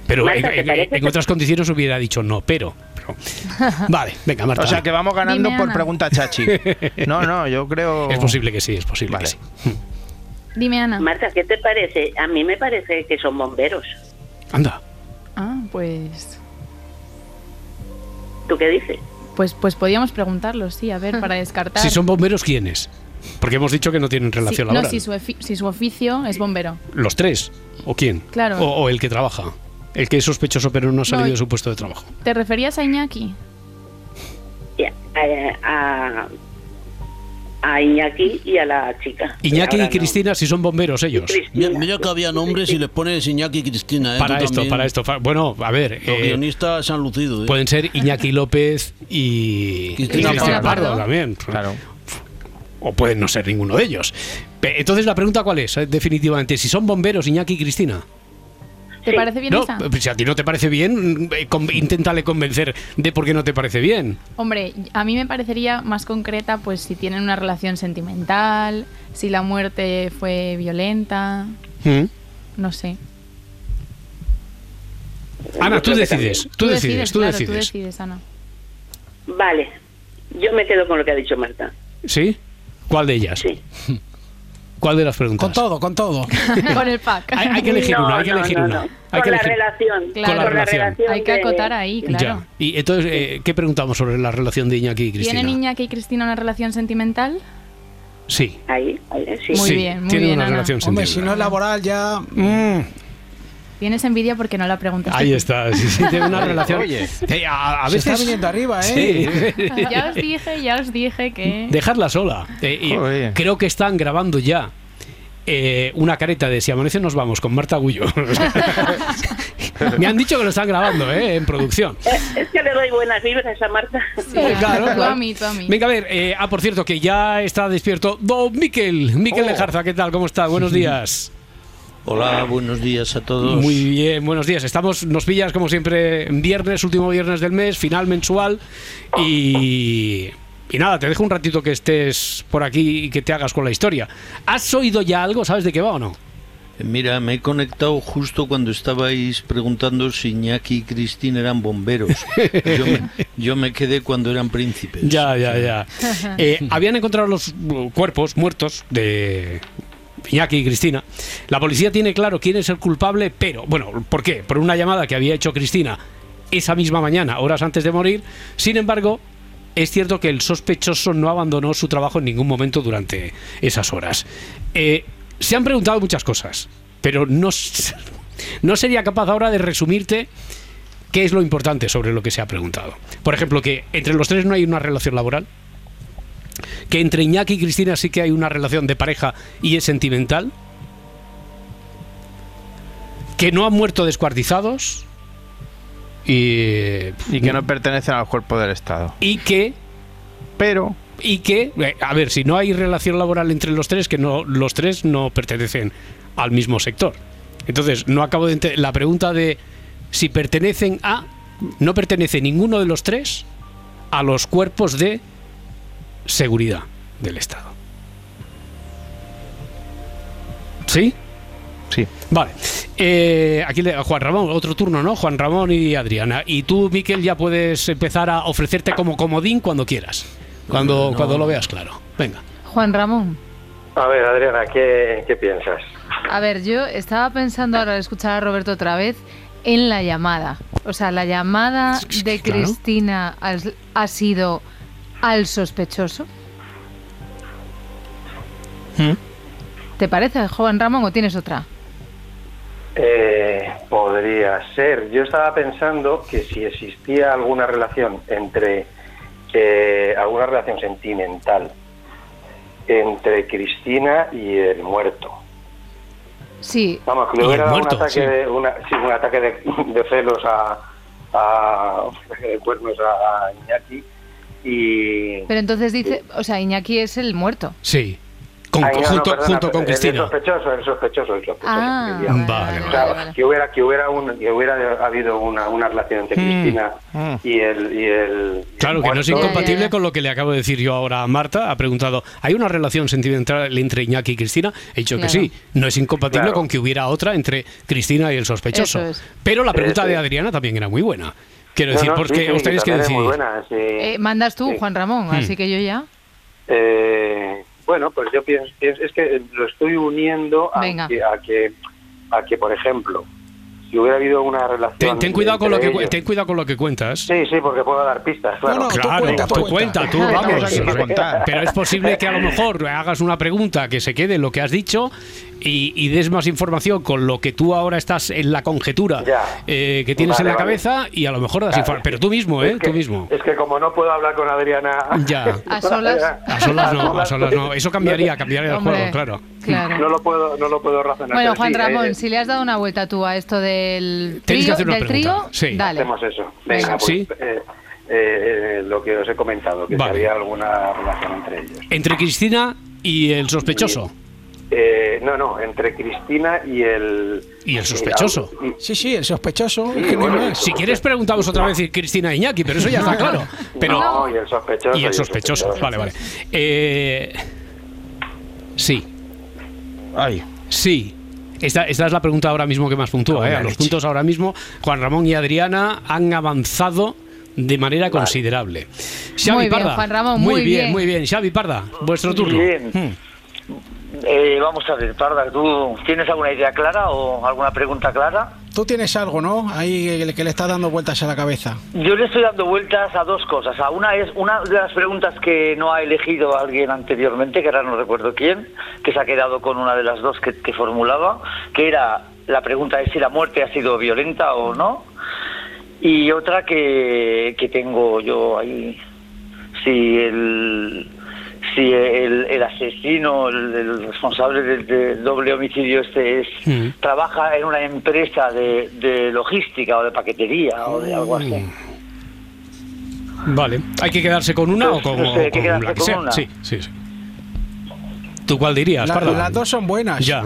[SPEAKER 1] Pero
[SPEAKER 9] Marta, ¿te
[SPEAKER 1] en, en-
[SPEAKER 9] parece
[SPEAKER 1] en
[SPEAKER 9] que-
[SPEAKER 1] otras condiciones hubiera dicho no, pero... pero- Vale, venga, Marta.
[SPEAKER 6] o sea que vamos ganando
[SPEAKER 8] Dime,
[SPEAKER 6] por
[SPEAKER 8] Ana.
[SPEAKER 6] pregunta chachi no no yo creo
[SPEAKER 1] Es posible que sí, es posible
[SPEAKER 6] Vale.
[SPEAKER 1] que sí.
[SPEAKER 8] Dime, Ana.
[SPEAKER 9] Marta, ¿qué te parece? A mí me parece que son bomberos.
[SPEAKER 1] Anda.
[SPEAKER 8] Ah, pues...
[SPEAKER 9] ¿Tú qué dices?
[SPEAKER 8] Pues, pues podíamos preguntarlo, sí, a ver, para descartar.
[SPEAKER 1] Si son bomberos, ¿quiénes? Porque hemos dicho que no tienen
[SPEAKER 8] Ah. Sí,
[SPEAKER 1] relación
[SPEAKER 8] no,
[SPEAKER 1] laboral.
[SPEAKER 8] si su, ofi- si su oficio es bombero.
[SPEAKER 1] ¿Los tres? ¿O quién?
[SPEAKER 8] Claro.
[SPEAKER 1] O, o el que trabaja. El que es sospechoso pero no ha salido
[SPEAKER 8] No,
[SPEAKER 1] de su puesto de trabajo.
[SPEAKER 8] ¿Te referías a Iñaki?
[SPEAKER 9] Ya, A, a- a Iñaki y a la chica.
[SPEAKER 1] Iñaki
[SPEAKER 9] Ahora
[SPEAKER 1] y
[SPEAKER 9] no.
[SPEAKER 1] Cristina, si son bomberos ellos.
[SPEAKER 10] Mira, mira que había nombres y les pones Iñaki y Cristina. ¿eh?
[SPEAKER 1] Para
[SPEAKER 10] Tú
[SPEAKER 1] esto,
[SPEAKER 10] también.
[SPEAKER 1] para esto. para- bueno, a ver.
[SPEAKER 10] Los
[SPEAKER 1] eh,
[SPEAKER 10] guionistas se han lucido. ¿eh?
[SPEAKER 1] pueden ser Iñaki López y.
[SPEAKER 10] Cristina
[SPEAKER 1] y
[SPEAKER 10] Pardo.
[SPEAKER 1] Pardo también.
[SPEAKER 6] claro
[SPEAKER 1] O pueden no ser ninguno de ellos. Pe- Entonces la pregunta cuál es, eh, definitivamente, si son bomberos Iñaki y Cristina.
[SPEAKER 8] ¿Te parece bien
[SPEAKER 1] No,
[SPEAKER 8] esa?
[SPEAKER 1] pues si a ti no te parece bien, eh, con- inténtale convencer de por qué no te parece bien.
[SPEAKER 8] Hombre, a mí me parecería más concreta pues si tienen una relación sentimental, si la muerte fue violenta,
[SPEAKER 1] ¿Mm?
[SPEAKER 8] no sé.
[SPEAKER 1] Ana, tú decides, tú decides, tú
[SPEAKER 8] claro,
[SPEAKER 1] decides.
[SPEAKER 8] tú decides, Ana.
[SPEAKER 9] Vale, yo me quedo con lo que ha dicho Marta.
[SPEAKER 1] ¿Sí? ¿Cuál de ellas? ¿Cuál de las preguntas?
[SPEAKER 3] Con todo, con todo.
[SPEAKER 8] Con el pack.
[SPEAKER 1] Hay, hay que elegir
[SPEAKER 9] No,
[SPEAKER 1] una, hay que
[SPEAKER 9] no,
[SPEAKER 1] elegir
[SPEAKER 9] no,
[SPEAKER 1] una.
[SPEAKER 9] no.
[SPEAKER 1] Hay
[SPEAKER 9] Con
[SPEAKER 1] que
[SPEAKER 9] la
[SPEAKER 1] elegir.
[SPEAKER 9] relación.
[SPEAKER 1] Claro.
[SPEAKER 9] Con la relación.
[SPEAKER 8] Hay que
[SPEAKER 9] de-
[SPEAKER 8] acotar ahí, claro.
[SPEAKER 1] Ya. Y entonces, eh, ¿qué preguntamos sobre la relación de Iñaki y Cristina?
[SPEAKER 8] ¿Tienen Iñaki y Cristina una relación sentimental?
[SPEAKER 1] Sí.
[SPEAKER 9] Ahí, ahí, sí.
[SPEAKER 8] Muy
[SPEAKER 1] eh, Sí,
[SPEAKER 8] bien, muy
[SPEAKER 1] tienen
[SPEAKER 8] bien,
[SPEAKER 1] una
[SPEAKER 8] Ana.
[SPEAKER 1] relación
[SPEAKER 3] Hombre, si no
[SPEAKER 1] sentimental.
[SPEAKER 3] es laboral ya... mm,
[SPEAKER 8] Tienes envidia porque no la preguntas.
[SPEAKER 1] Ahí está, sí, sí, tiene una relación.
[SPEAKER 6] Oye.
[SPEAKER 1] Eh, a, a
[SPEAKER 3] Se
[SPEAKER 1] veces.
[SPEAKER 3] está viniendo arriba, ¿eh?
[SPEAKER 1] Sí.
[SPEAKER 8] Ya os dije, ya os dije que...
[SPEAKER 1] Dejarla sola. Eh, y
[SPEAKER 6] Joder.
[SPEAKER 1] creo que están grabando ya eh, una careta de si amanece nos vamos con Marta Gullo. Me han dicho que lo están grabando, ¿eh? En producción.
[SPEAKER 9] Es que le doy buenas vibras a Marta.
[SPEAKER 1] claro,
[SPEAKER 8] Tú a
[SPEAKER 1] claro.
[SPEAKER 8] mí, tú a mí.
[SPEAKER 1] Venga, a ver, eh, ah, por cierto, que ya está despierto Don Miquel. Miquel Lejarza, ¿qué tal? ¿Cómo está? Buenos días.
[SPEAKER 10] Hola, buenos días a todos.
[SPEAKER 1] Muy bien, buenos días. Estamos, nos pillas como siempre en viernes, último viernes del mes, final mensual. Y, y nada, te dejo un ratito que estés por aquí y que te hagas con la historia. ¿Has oído ya algo? ¿Sabes de qué va o no?
[SPEAKER 10] Mira, me he conectado justo cuando estabais preguntando si Iñaki y Cristín eran bomberos. Yo me, yo me quedé cuando eran príncipes.
[SPEAKER 1] Ya, ya, ya. Eh, habían encontrado los uh, cuerpos muertos de Iñaki y Cristina. La policía tiene claro quién es el culpable, pero, bueno, ¿por qué? Por una llamada que había hecho Cristina esa misma mañana, horas antes de morir. Sin embargo, es cierto que el sospechoso no abandonó su trabajo en ningún momento durante esas horas. Eh, se han preguntado muchas cosas, pero no, s- no sería capaz ahora de resumirte qué es lo importante sobre lo que se ha preguntado. Por ejemplo, que entre los tres no hay una relación laboral, que entre Iñaki y Cristina sí que hay una relación de pareja y es sentimental, que no han muerto descuartizados y, mm,
[SPEAKER 6] Y que no pertenecen al cuerpo del Estado.
[SPEAKER 1] y que...
[SPEAKER 6] Pero...
[SPEAKER 1] Y que, eh, a ver, si no hay relación laboral entre los tres, que no, los tres no pertenecen al mismo sector. Entonces, no acabo de entender la pregunta de si pertenecen a, no pertenece ninguno de los tres a los cuerpos de seguridad del Estado. ¿Sí?
[SPEAKER 6] Sí.
[SPEAKER 1] Vale. Eh, aquí le, Juan Ramón, otro turno, ¿no? Juan Ramón y Adriana. Y tú, Miquel, ya puedes empezar a ofrecerte como comodín cuando quieras. Cuando,
[SPEAKER 2] No.
[SPEAKER 1] cuando lo veas claro. Venga.
[SPEAKER 5] Juan Ramón.
[SPEAKER 4] A ver, Adriana, ¿qué, qué piensas?
[SPEAKER 5] A ver, yo estaba pensando ahora al escuchar a Roberto otra vez en la llamada. O sea, la llamada de
[SPEAKER 1] claro.
[SPEAKER 5] Cristina al- ha sido al sospechoso. ¿Te parece, Juan Ramón, o tienes otra?
[SPEAKER 4] Eh, podría ser. Yo estaba pensando que si existía alguna relación entre eh, alguna relación sentimental entre Cristina y el muerto.
[SPEAKER 5] Sí.
[SPEAKER 4] Vamos, que le
[SPEAKER 5] Y
[SPEAKER 4] hubiera
[SPEAKER 5] el
[SPEAKER 4] dado
[SPEAKER 5] muerto,
[SPEAKER 4] un ataque,
[SPEAKER 5] sí.
[SPEAKER 4] de, una- sí, un ataque de, de celos a, a, de cuernos a Iñaki y
[SPEAKER 5] Pero entonces dice, o sea, Iñaki es el muerto.
[SPEAKER 1] Sí. Con-
[SPEAKER 4] Ay, no, no,
[SPEAKER 1] junto,
[SPEAKER 4] perdona,
[SPEAKER 1] junto con
[SPEAKER 4] el
[SPEAKER 1] Cristina.
[SPEAKER 4] sospechoso, el sospechoso, el sospechoso.
[SPEAKER 5] Ah,
[SPEAKER 4] que diría.
[SPEAKER 1] vale,
[SPEAKER 4] O sea, Que hubiera, que hubiera, un, que hubiera habido una, una relación entre Cristina y el, y el.
[SPEAKER 1] Mm. Claro, que no es
[SPEAKER 4] muerto.
[SPEAKER 1] incompatible con lo que le acabo de decir yo ahora a Marta. Ha preguntado, ¿hay una relación sentimental entre Iñaki y Cristina? He dicho
[SPEAKER 4] Claro.
[SPEAKER 1] que sí. No es incompatible
[SPEAKER 4] Claro.
[SPEAKER 1] con que hubiera otra entre Cristina y el sospechoso.
[SPEAKER 5] Eso es.
[SPEAKER 1] Pero la pregunta
[SPEAKER 4] Eso
[SPEAKER 1] de
[SPEAKER 4] es.
[SPEAKER 1] Adriana también era muy buena. Quiero decir,
[SPEAKER 4] No, no, sí,
[SPEAKER 1] porque
[SPEAKER 4] sí,
[SPEAKER 1] os tenéis que
[SPEAKER 4] también es
[SPEAKER 1] decir...
[SPEAKER 4] muy buena, sí.
[SPEAKER 5] Eh, mandas tú, Juan Ramón,
[SPEAKER 1] Hmm.
[SPEAKER 5] así que yo ya.
[SPEAKER 4] Eh, bueno, pues yo pienso, pienso- es que lo estoy uniendo a
[SPEAKER 5] Venga.
[SPEAKER 4] que, a que, a que, por ejemplo, si hubiera habido una relación.
[SPEAKER 1] Ten, ten cuidado con lo
[SPEAKER 4] entre
[SPEAKER 1] que,
[SPEAKER 4] ellos-
[SPEAKER 1] cu- ten cuidado con lo que cuentas.
[SPEAKER 4] Sí, sí, porque puedo dar pistas, claro.
[SPEAKER 1] claro, tú cuenta, tú, vamos.
[SPEAKER 4] Estamos aquí para contar.
[SPEAKER 1] Pero es posible que a lo mejor hagas una pregunta que se quede en lo que has dicho y, y des más información con lo que tú ahora estás en la conjetura eh, que tienes
[SPEAKER 4] Vale,
[SPEAKER 1] en la
[SPEAKER 4] vale.
[SPEAKER 1] cabeza y a lo mejor das
[SPEAKER 4] Claro,
[SPEAKER 1] información.
[SPEAKER 4] es
[SPEAKER 1] Pero tú mismo, ¿eh?
[SPEAKER 4] Es que-
[SPEAKER 1] Tú mismo.
[SPEAKER 4] Es que como no puedo hablar con Adriana.
[SPEAKER 1] Ya. A solas. A solas no, a solas no. Eso cambiaría, cambiaría el
[SPEAKER 5] Hombre,
[SPEAKER 1] juego, claro.
[SPEAKER 5] claro.
[SPEAKER 4] No lo puedo, no lo puedo razonar.
[SPEAKER 5] Bueno,
[SPEAKER 4] pero
[SPEAKER 5] Juan
[SPEAKER 4] sí,
[SPEAKER 5] Ramón,
[SPEAKER 4] eh,
[SPEAKER 5] si le has dado una vuelta tú a esto del
[SPEAKER 1] Tienes
[SPEAKER 5] trío,
[SPEAKER 1] que hacer una
[SPEAKER 5] del
[SPEAKER 1] pregunta,
[SPEAKER 5] trío
[SPEAKER 1] sí.
[SPEAKER 5] dale.
[SPEAKER 4] Hacemos eso. Venga, pues,
[SPEAKER 1] Sí.
[SPEAKER 4] eh, eh, eh, lo que os he comentado, que
[SPEAKER 1] Vale.
[SPEAKER 4] si había alguna relación entre ellos.
[SPEAKER 1] Entre Cristina y el sospechoso.
[SPEAKER 4] Eh, no, no, entre Cristina y el.
[SPEAKER 1] Y el sospechoso.
[SPEAKER 3] Sí, sí, el sospechoso.
[SPEAKER 4] Sí, bueno,
[SPEAKER 1] Si quieres preguntamos otra vez si Cristina e Iñaki, pero eso ya está claro. Pero
[SPEAKER 4] No, y el sospechoso.
[SPEAKER 1] Y el sospechoso, vale, vale. Eh, sí. Sí. Esta, esta es la pregunta ahora mismo que más puntúa. ¿eh? A los puntos ahora mismo, Juan Ramón y Adriana han avanzado de manera considerable. Xavi
[SPEAKER 5] Muy bien,
[SPEAKER 1] Parda.
[SPEAKER 5] Juan Ramón, muy bien.
[SPEAKER 1] muy bien. Xavi Parda, vuestro turno. Hmm.
[SPEAKER 7] Bien. Eh, vamos a ver, Parda, ¿tú tienes alguna idea clara o alguna pregunta clara?
[SPEAKER 3] Tú tienes algo, ¿no? Ahí el que le está dando vueltas a la cabeza.
[SPEAKER 7] Yo le estoy dando vueltas a dos cosas. A una es una de las preguntas que no ha elegido alguien anteriormente, que ahora no recuerdo quién, que se ha quedado con una de las dos que, que formulaba, que era la pregunta es si la muerte ha sido violenta o no. Y otra que, que tengo yo ahí, si el, si el, el asesino, el, el responsable del del doble homicidio este es
[SPEAKER 1] Mm.
[SPEAKER 7] trabaja en una empresa de, de logística o de paquetería o de algo así.
[SPEAKER 1] Vale. ¿Hay que quedarse con una o
[SPEAKER 7] Pues,
[SPEAKER 1] con,
[SPEAKER 7] no sé, hay
[SPEAKER 1] o
[SPEAKER 7] que
[SPEAKER 1] con
[SPEAKER 7] quedarse
[SPEAKER 1] la que
[SPEAKER 7] con
[SPEAKER 1] sea?
[SPEAKER 7] una.
[SPEAKER 1] Sí, sí, sí. ¿Tú cuál dirías,
[SPEAKER 3] La-
[SPEAKER 1] Pardo?
[SPEAKER 3] las dos son buenas.
[SPEAKER 1] Ya.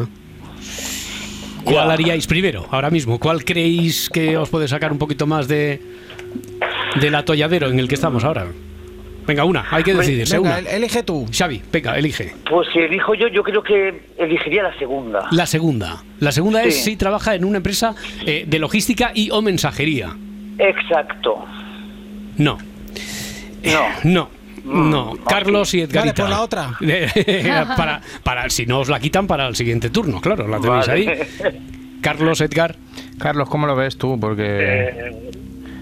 [SPEAKER 1] ¿Cuál haríais primero, ahora mismo? ¿Cuál creéis que os puede sacar un poquito más de del atolladero en el que estamos ahora? Venga, una, hay que decidirse, una.
[SPEAKER 3] Venga, el- elige tú.
[SPEAKER 1] Xavi, venga, elige.
[SPEAKER 7] Pues si elijo yo, yo creo que elegiría la segunda.
[SPEAKER 1] La segunda. La segunda es
[SPEAKER 7] Sí.
[SPEAKER 1] si trabaja en una empresa eh, de logística y o mensajería.
[SPEAKER 7] Exacto.
[SPEAKER 1] No.
[SPEAKER 7] No.
[SPEAKER 1] No.
[SPEAKER 3] Mm,
[SPEAKER 1] No, Carlos y Edgarita.
[SPEAKER 3] Vale, por la otra.
[SPEAKER 1] Era para, para, si no os la quitan para el siguiente turno, claro, la tenéis ahí. Carlos, Edgar.
[SPEAKER 6] Carlos, ¿cómo lo ves tú? Porque
[SPEAKER 2] Eh,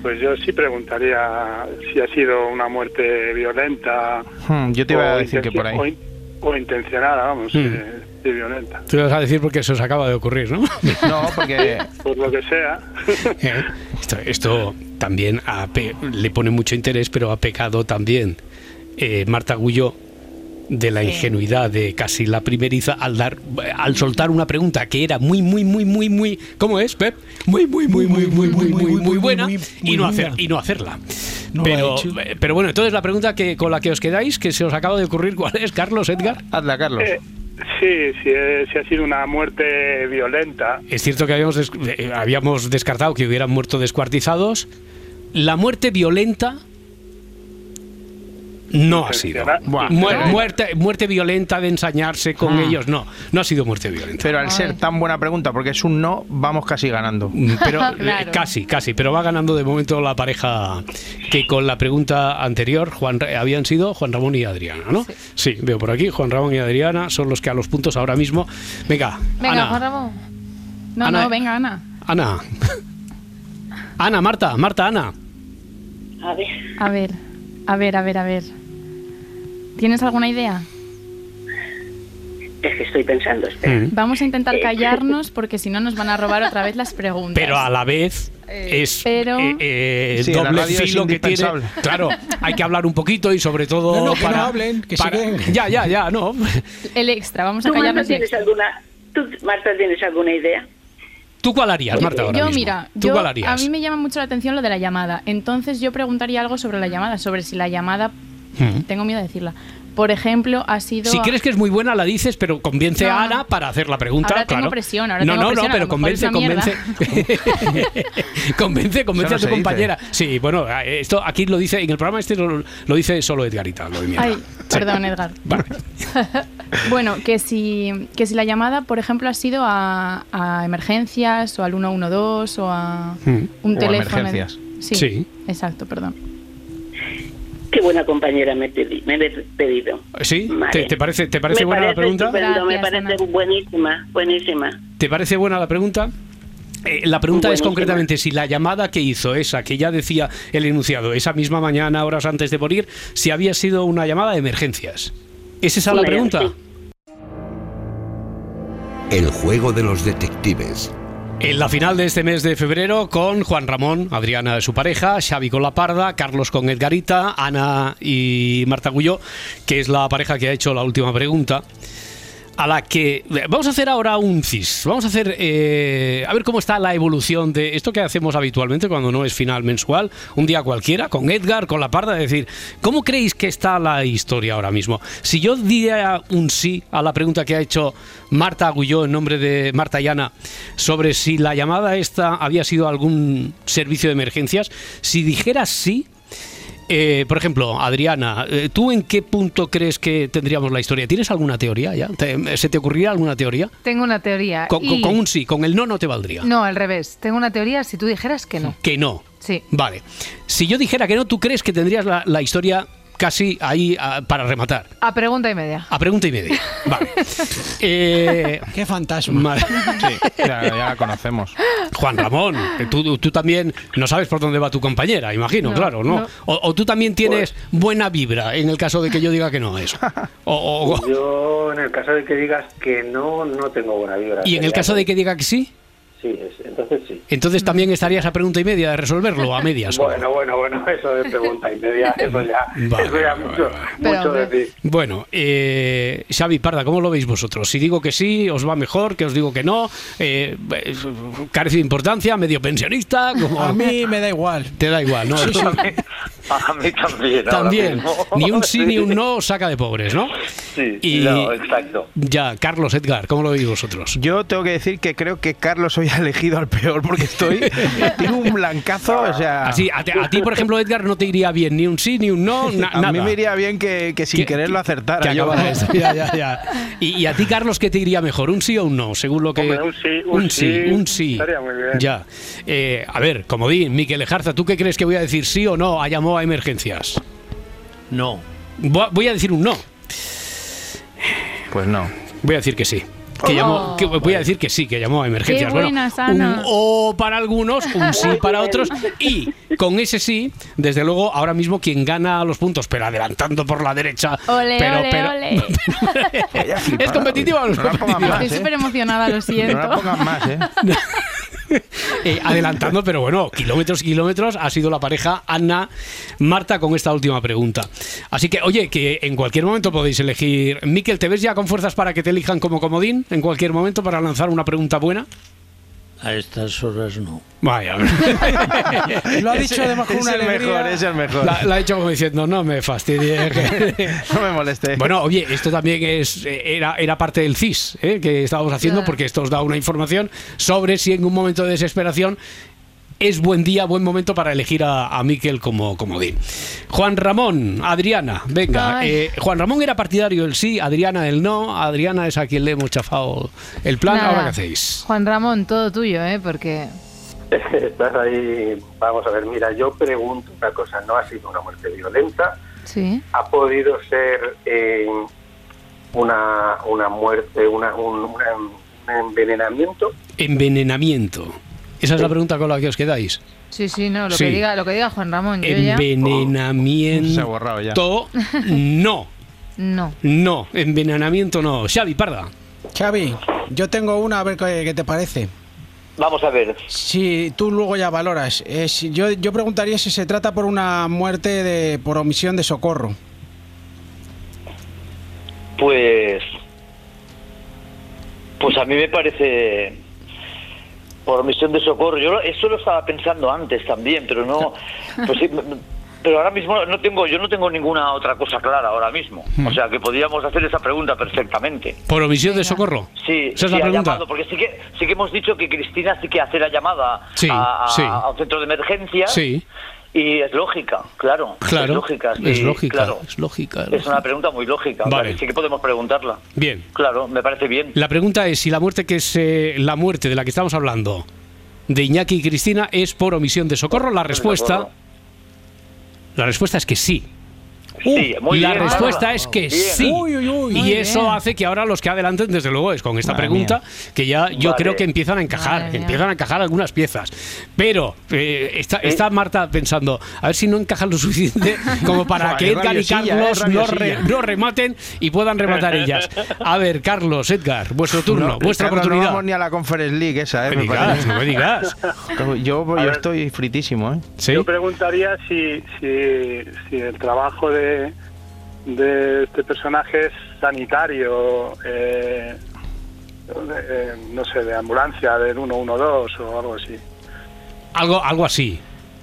[SPEAKER 2] pues yo sí preguntaría si ha sido una muerte violenta.
[SPEAKER 6] Hmm, yo te iba
[SPEAKER 2] o
[SPEAKER 6] a decir que por
[SPEAKER 2] intenci-
[SPEAKER 6] ahí.
[SPEAKER 2] O, in- o intencionada, vamos,
[SPEAKER 1] Hmm.
[SPEAKER 2] eh, sí, violenta.
[SPEAKER 1] Te lo vas a decir porque se os acaba de ocurrir, ¿no?
[SPEAKER 6] No, porque
[SPEAKER 2] Por lo que sea.
[SPEAKER 1] Eh, Esto, esto también ha pe- le pone mucho interés, pero ha pecado también eh, Marta Gullo de la ingenuidad de casi la primeriza al dar al soltar una pregunta que era muy muy muy muy muy ¿cómo es Pep? Muy muy muy muy muy muy muy muy buena y no hacer y no hacerla.
[SPEAKER 3] No lo ha
[SPEAKER 1] Pero
[SPEAKER 3] hecho.
[SPEAKER 1] eh, pero bueno, entonces la pregunta que con la que os quedáis que se os acaba de ocurrir cuál es Carlos Edgar?
[SPEAKER 6] Hazla Carlos.
[SPEAKER 2] Eh, sí, sí, eh, sí ha sido una muerte violenta.
[SPEAKER 1] Es cierto que habíamos, des- eh, habíamos descartado que hubieran muerto descuartizados. La muerte violenta no ha sido.
[SPEAKER 6] Buah. Eh.
[SPEAKER 1] Muer- muerte, muerte violenta de ensañarse con
[SPEAKER 6] Ah.
[SPEAKER 1] ellos, no. No ha sido muerte violenta.
[SPEAKER 6] Pero al ser tan buena pregunta, porque es un no, vamos casi ganando.
[SPEAKER 1] Pero eh,
[SPEAKER 6] Claro.
[SPEAKER 1] casi, casi. Pero va ganando de momento la pareja que con la pregunta anterior Juan, Ra- habían sido Juan Ramón y Adriana, ¿no? Sí. veo por aquí, Juan Ramón y Adriana son los que a los puntos ahora mismo. Venga,
[SPEAKER 8] Venga,
[SPEAKER 1] Ana.
[SPEAKER 8] Juan Ramón. No,
[SPEAKER 1] Ana.
[SPEAKER 8] no, venga, Ana.
[SPEAKER 1] Ana. Ana, Marta, Marta, Ana.
[SPEAKER 8] A ver. A ver, a ver, a ver, a ver. ¿Tienes alguna idea?
[SPEAKER 9] Es que estoy pensando, espera.
[SPEAKER 1] Mm.
[SPEAKER 8] Vamos a intentar
[SPEAKER 9] Eh.
[SPEAKER 8] callarnos porque si no nos van a robar otra vez las preguntas.
[SPEAKER 1] pero a la vez
[SPEAKER 8] Eh,
[SPEAKER 1] es
[SPEAKER 8] pero-
[SPEAKER 1] eh, eh, el
[SPEAKER 6] Sí, la
[SPEAKER 1] doble
[SPEAKER 6] radio es
[SPEAKER 1] filo que tiene.
[SPEAKER 6] indispensable.
[SPEAKER 1] Claro, hay que hablar un poquito y sobre todo
[SPEAKER 3] No, no, que
[SPEAKER 1] para
[SPEAKER 3] no hablen, que se
[SPEAKER 1] para-
[SPEAKER 3] queden.
[SPEAKER 1] Ya, ya, ya, no.
[SPEAKER 8] El extra, vamos a
[SPEAKER 9] ¿Tú, Marta,
[SPEAKER 8] callarnos. el
[SPEAKER 9] tienes alguna, ¿Tú, Marta, tienes alguna idea?
[SPEAKER 1] ¿Tú cuál harías, Marta? Ahora
[SPEAKER 8] yo,
[SPEAKER 1] mismo?
[SPEAKER 8] mira,
[SPEAKER 1] ¿tú
[SPEAKER 8] yo,
[SPEAKER 1] cuál
[SPEAKER 8] a
[SPEAKER 1] harías?
[SPEAKER 8] mí me llama mucho la atención lo de la llamada. Entonces yo preguntaría algo sobre la llamada, sobre si la llamada,
[SPEAKER 1] Mm.
[SPEAKER 8] tengo miedo de decirla, por ejemplo, ha sido...
[SPEAKER 1] Si crees que es muy buena, la dices, pero convence
[SPEAKER 8] No.
[SPEAKER 1] a Ana para hacer la pregunta.
[SPEAKER 8] Ahora tengo
[SPEAKER 1] claro.
[SPEAKER 8] presión, ahora
[SPEAKER 1] no,
[SPEAKER 8] tengo
[SPEAKER 1] no,
[SPEAKER 8] presión,
[SPEAKER 1] no,
[SPEAKER 8] a
[SPEAKER 1] pero
[SPEAKER 8] lo mejor es
[SPEAKER 1] convence,
[SPEAKER 8] una
[SPEAKER 1] convence, convence, convence
[SPEAKER 6] Eso no
[SPEAKER 1] a tu
[SPEAKER 6] se dice.
[SPEAKER 1] compañera. Sí, bueno, esto aquí lo dice en el programa este lo, lo dice solo Edgarita. Lo de mierda.
[SPEAKER 8] Ay, perdón, Edgar.
[SPEAKER 1] Vale.
[SPEAKER 8] Bueno, que si, que si la llamada, por ejemplo, ha sido a, a emergencias o al 112 o a
[SPEAKER 1] Mm.
[SPEAKER 8] un
[SPEAKER 9] O a
[SPEAKER 8] teléfono.
[SPEAKER 9] emergencias.
[SPEAKER 8] Sí,
[SPEAKER 1] Sí.
[SPEAKER 8] Exacto, perdón.
[SPEAKER 9] Qué buena compañera me, pedi- me he pedido.
[SPEAKER 1] ¿Sí?
[SPEAKER 9] Vale.
[SPEAKER 1] ¿Te, te parece, te parece
[SPEAKER 9] me
[SPEAKER 1] buena
[SPEAKER 9] parece
[SPEAKER 1] la pregunta?
[SPEAKER 9] estupendo, me parece buenísima, buenísima.
[SPEAKER 1] ¿Te parece buena la pregunta? Eh, la pregunta es
[SPEAKER 9] Buenísima.
[SPEAKER 1] concretamente si la llamada que hizo, esa que ya decía el enunciado, esa misma mañana, horas antes de morir, si había sido una llamada de emergencias. ¿Es esa la
[SPEAKER 9] Hombre,
[SPEAKER 1] pregunta?
[SPEAKER 11] El juego de los detectives.
[SPEAKER 1] En la final de este mes de febrero, con Juan Ramón, Adriana, su pareja, Xavi con la parda, Carlos con Edgarita, Ana y Marta Gulló, que es la pareja que ha hecho la última pregunta. A la que. Vamos a hacer ahora un CIS. Vamos a hacer. eh, a ver cómo está la evolución de esto que hacemos habitualmente cuando no es final mensual, un día cualquiera, con Edgar, con la parda, decir, ¿cómo creéis que está la historia ahora mismo? Si yo diera un sí a la pregunta que ha hecho Marta Agulló en nombre de Marta Llana sobre si la llamada esta había sido algún servicio de emergencias, si dijera sí. eh, por ejemplo, Adriana, eh, ¿tú en qué punto crees que tendríamos la historia? ¿Tienes alguna teoría ya? ¿Te- ¿Se te ocurrirá alguna teoría?
[SPEAKER 5] Tengo una teoría.
[SPEAKER 1] Con, con-
[SPEAKER 5] y-
[SPEAKER 1] con un sí, con el no no te valdría.
[SPEAKER 5] No, al revés. Tengo una teoría si tú dijeras que no.
[SPEAKER 1] Que no.
[SPEAKER 5] Sí.
[SPEAKER 1] Vale. Si yo dijera que no, ¿tú crees que tendrías la, la historia casi ahí ah, para rematar?
[SPEAKER 5] A pregunta y media.
[SPEAKER 1] A pregunta y media. Vale. Eh,
[SPEAKER 3] Qué fantasma.
[SPEAKER 1] ya, la conocemos. Juan Ramón, que tú, tú también no sabes por dónde va tu compañera, imagino,
[SPEAKER 3] No,
[SPEAKER 1] claro, ¿no?
[SPEAKER 3] no.
[SPEAKER 1] O, o tú también tienes buena vibra en el caso de que yo diga que no a eso. O- o- o-
[SPEAKER 4] Yo, en el caso de que digas que no, no tengo buena vibra.
[SPEAKER 1] y en el
[SPEAKER 4] Sería
[SPEAKER 1] caso de que diga que sí,
[SPEAKER 4] sí, es- entonces sí.
[SPEAKER 1] Entonces también estaría esa pregunta y media de resolverlo a medias.
[SPEAKER 4] Bueno, bueno, bueno, eso de pregunta y media, eso ya,
[SPEAKER 1] Vale,
[SPEAKER 4] eso ya mucho, mucho decir.
[SPEAKER 1] Bueno, eh, Xavi Parda, ¿cómo lo veis vosotros? Si digo que sí, os va mejor, que os digo que no, eh, eh, carece de importancia, medio pensionista. Ah, como-
[SPEAKER 3] A mí me da igual.
[SPEAKER 1] Te da igual, ¿no?
[SPEAKER 3] Sí, sí.
[SPEAKER 7] A mí también. ahora
[SPEAKER 1] También,
[SPEAKER 7] mismo.
[SPEAKER 1] ni un sí ni un no os saca de pobres, ¿no?
[SPEAKER 7] Sí,
[SPEAKER 1] Y-
[SPEAKER 7] no, eh. exacto.
[SPEAKER 1] Ya, Carlos Edgar, ¿cómo lo veis vosotros?
[SPEAKER 6] Yo tengo que decir que creo que Carlos hoy ha elegido al peor porque estoy. tiene un blancazo, o sea.
[SPEAKER 1] Así, a, te- a ti, por ejemplo, Edgar, no te iría bien ni un sí ni un no, na-
[SPEAKER 6] a
[SPEAKER 1] nada.
[SPEAKER 6] mí me iría bien que, que sin
[SPEAKER 1] Que-
[SPEAKER 6] querer lo acertara.
[SPEAKER 1] que
[SPEAKER 6] yo.
[SPEAKER 1] acabara esto. Ya, ya, ya. Y, y a ti, Carlos, ¿qué te iría mejor? ¿Un sí o un no? Según lo que.
[SPEAKER 2] Hombre, un sí, un sí,
[SPEAKER 1] un sí.
[SPEAKER 2] estaría muy bien.
[SPEAKER 1] Ya. Eh, a ver, como di, Miquel Ejarza, ¿tú qué crees que voy a decir sí o no a llamó a emergencias?
[SPEAKER 10] No.
[SPEAKER 1] Voy a decir un no.
[SPEAKER 6] Pues no.
[SPEAKER 1] Voy a decir que sí. Que
[SPEAKER 8] Oh.
[SPEAKER 1] llamó, que- voy a decir que sí, que llamó a emergencias.
[SPEAKER 8] Qué
[SPEAKER 1] Bueno,
[SPEAKER 8] buenas,
[SPEAKER 1] un
[SPEAKER 8] Ana.
[SPEAKER 1] o para algunos, un sí para otros. Y con ese sí, desde luego, ahora mismo quien gana los puntos, pero adelantando por la derecha.
[SPEAKER 8] Ole,
[SPEAKER 1] pero,
[SPEAKER 8] ole,
[SPEAKER 1] pero-
[SPEAKER 8] ole.
[SPEAKER 1] ¿Es competitiva o no es competitiva?
[SPEAKER 8] Estoy súper emocionada, lo siento.
[SPEAKER 1] Eh, adelantando, pero bueno, kilómetros y kilómetros ha sido la pareja Ana Marta con esta última pregunta. Así que, oye, que en cualquier momento podéis elegir. Miquel, ¿te ves ya con fuerzas para que te elijan como comodín? En cualquier momento para lanzar una pregunta buena.
[SPEAKER 10] A estas horas no.
[SPEAKER 1] Vaya.
[SPEAKER 3] Lo ha dicho además con
[SPEAKER 6] es
[SPEAKER 3] una
[SPEAKER 6] el
[SPEAKER 3] alegría.
[SPEAKER 6] mejor, es el mejor.
[SPEAKER 1] La, la he hecho como diciendo, no me fastidie.
[SPEAKER 6] no me moleste.
[SPEAKER 1] Bueno, oye, esto también es eh, era, era parte del CIS ¿eh? que estábamos haciendo porque esto os da una información sobre si en un momento de desesperación es buen día, buen momento para elegir a, a Miquel como comodín. Juan Ramón, Adriana, venga.
[SPEAKER 8] Ay.
[SPEAKER 1] eh, Juan Ramón era partidario del sí, Adriana del no. Adriana es a quien le hemos chafado el plan.
[SPEAKER 5] Nada.
[SPEAKER 1] ¿Ahora qué hacéis?
[SPEAKER 5] Juan Ramón, todo tuyo, ¿eh? Porque...
[SPEAKER 4] Estás ahí, vamos a ver, mira, yo pregunto una cosa, no ha sido una muerte violenta,
[SPEAKER 5] Sí.
[SPEAKER 4] ha podido ser eh, una, una muerte, una, un, una- un envenenamiento.
[SPEAKER 1] Envenenamiento. Esa es la pregunta con la que os quedáis.
[SPEAKER 5] Sí, sí, no, lo,
[SPEAKER 1] Sí.
[SPEAKER 5] Que, diga, lo que diga Juan Ramón, yo ya...
[SPEAKER 1] Envenenamiento.
[SPEAKER 6] Oh. Se ha borrado ya.
[SPEAKER 1] No.
[SPEAKER 5] No.
[SPEAKER 1] No, envenenamiento no. Xavi, parda.
[SPEAKER 3] Xavi, yo tengo una, a ver qué, qué te parece.
[SPEAKER 7] Vamos a ver.
[SPEAKER 3] Si tú luego ya valoras. Eh, si- yo, yo preguntaría si se trata por una muerte de, por omisión de socorro.
[SPEAKER 7] Pues. Pues a mí me parece. Por misión de socorro. Yo eso lo estaba pensando antes también, pero no. pues sí, m- m- pero ahora mismo no tengo, yo no tengo ninguna otra cosa clara ahora mismo.
[SPEAKER 1] Hmm.
[SPEAKER 7] O sea que podríamos hacer esa pregunta perfectamente.
[SPEAKER 1] Por omisión de socorro.
[SPEAKER 7] Sí,
[SPEAKER 1] Esa es
[SPEAKER 7] sí
[SPEAKER 1] la
[SPEAKER 7] ha
[SPEAKER 1] pregunta.
[SPEAKER 7] llamado, porque sí que, sí que hemos dicho que Cristina sí que hace la llamada
[SPEAKER 1] Sí,
[SPEAKER 7] a, a-
[SPEAKER 1] sí.
[SPEAKER 7] a un centro de emergencia.
[SPEAKER 1] Sí.
[SPEAKER 7] Y es lógica, claro.
[SPEAKER 1] Claro.
[SPEAKER 7] Es lógica, sí,
[SPEAKER 1] es lógica.
[SPEAKER 7] claro.
[SPEAKER 1] Es lógica.
[SPEAKER 7] Es una pregunta muy lógica. o sea,
[SPEAKER 1] Vale.
[SPEAKER 7] que sí que podemos preguntarla.
[SPEAKER 1] Bien.
[SPEAKER 7] Claro, me parece bien.
[SPEAKER 1] La pregunta es si la muerte que es eh, la muerte de la que estamos hablando de Iñaki y Cristina es por omisión de socorro. La respuesta.
[SPEAKER 7] socorro.
[SPEAKER 1] La respuesta es que sí.
[SPEAKER 7] Sí, muy
[SPEAKER 1] la
[SPEAKER 7] bien,
[SPEAKER 1] respuesta
[SPEAKER 7] Bárbara.
[SPEAKER 1] es que
[SPEAKER 7] Bien.
[SPEAKER 1] sí.
[SPEAKER 7] Uy, uy, uy.
[SPEAKER 1] y
[SPEAKER 7] Muy
[SPEAKER 1] eso
[SPEAKER 7] bien.
[SPEAKER 1] hace que ahora los que adelanten, desde luego, es con esta
[SPEAKER 7] Madre
[SPEAKER 1] pregunta que ya yo
[SPEAKER 7] Vale.
[SPEAKER 1] creo que empiezan a encajar,
[SPEAKER 7] Madre mía.
[SPEAKER 1] empiezan a encajar algunas piezas. Pero eh, está, está Marta pensando, a ver si no encajan lo suficiente como para
[SPEAKER 6] Vale,
[SPEAKER 1] que Edgar y
[SPEAKER 6] rabiosilla, eh,
[SPEAKER 1] Carlos no, re-
[SPEAKER 6] rabiosilla.
[SPEAKER 1] no rematen y puedan rematar ellas. A ver, Carlos, Edgar, vuestro turno,
[SPEAKER 6] No,
[SPEAKER 1] vuestra
[SPEAKER 6] Carlos, No
[SPEAKER 1] oportunidad.
[SPEAKER 6] vamos ni a la Conference League esa,
[SPEAKER 1] No
[SPEAKER 6] ¿eh?
[SPEAKER 1] me digas, no me digas.
[SPEAKER 6] Yo, yo estoy fritísimo, ¿eh?
[SPEAKER 2] Yo preguntaría si, si, si el trabajo de, de este personaje es sanitario, eh, eh, no sé, de ambulancia, del 112 o algo así.
[SPEAKER 1] Algo, algo así.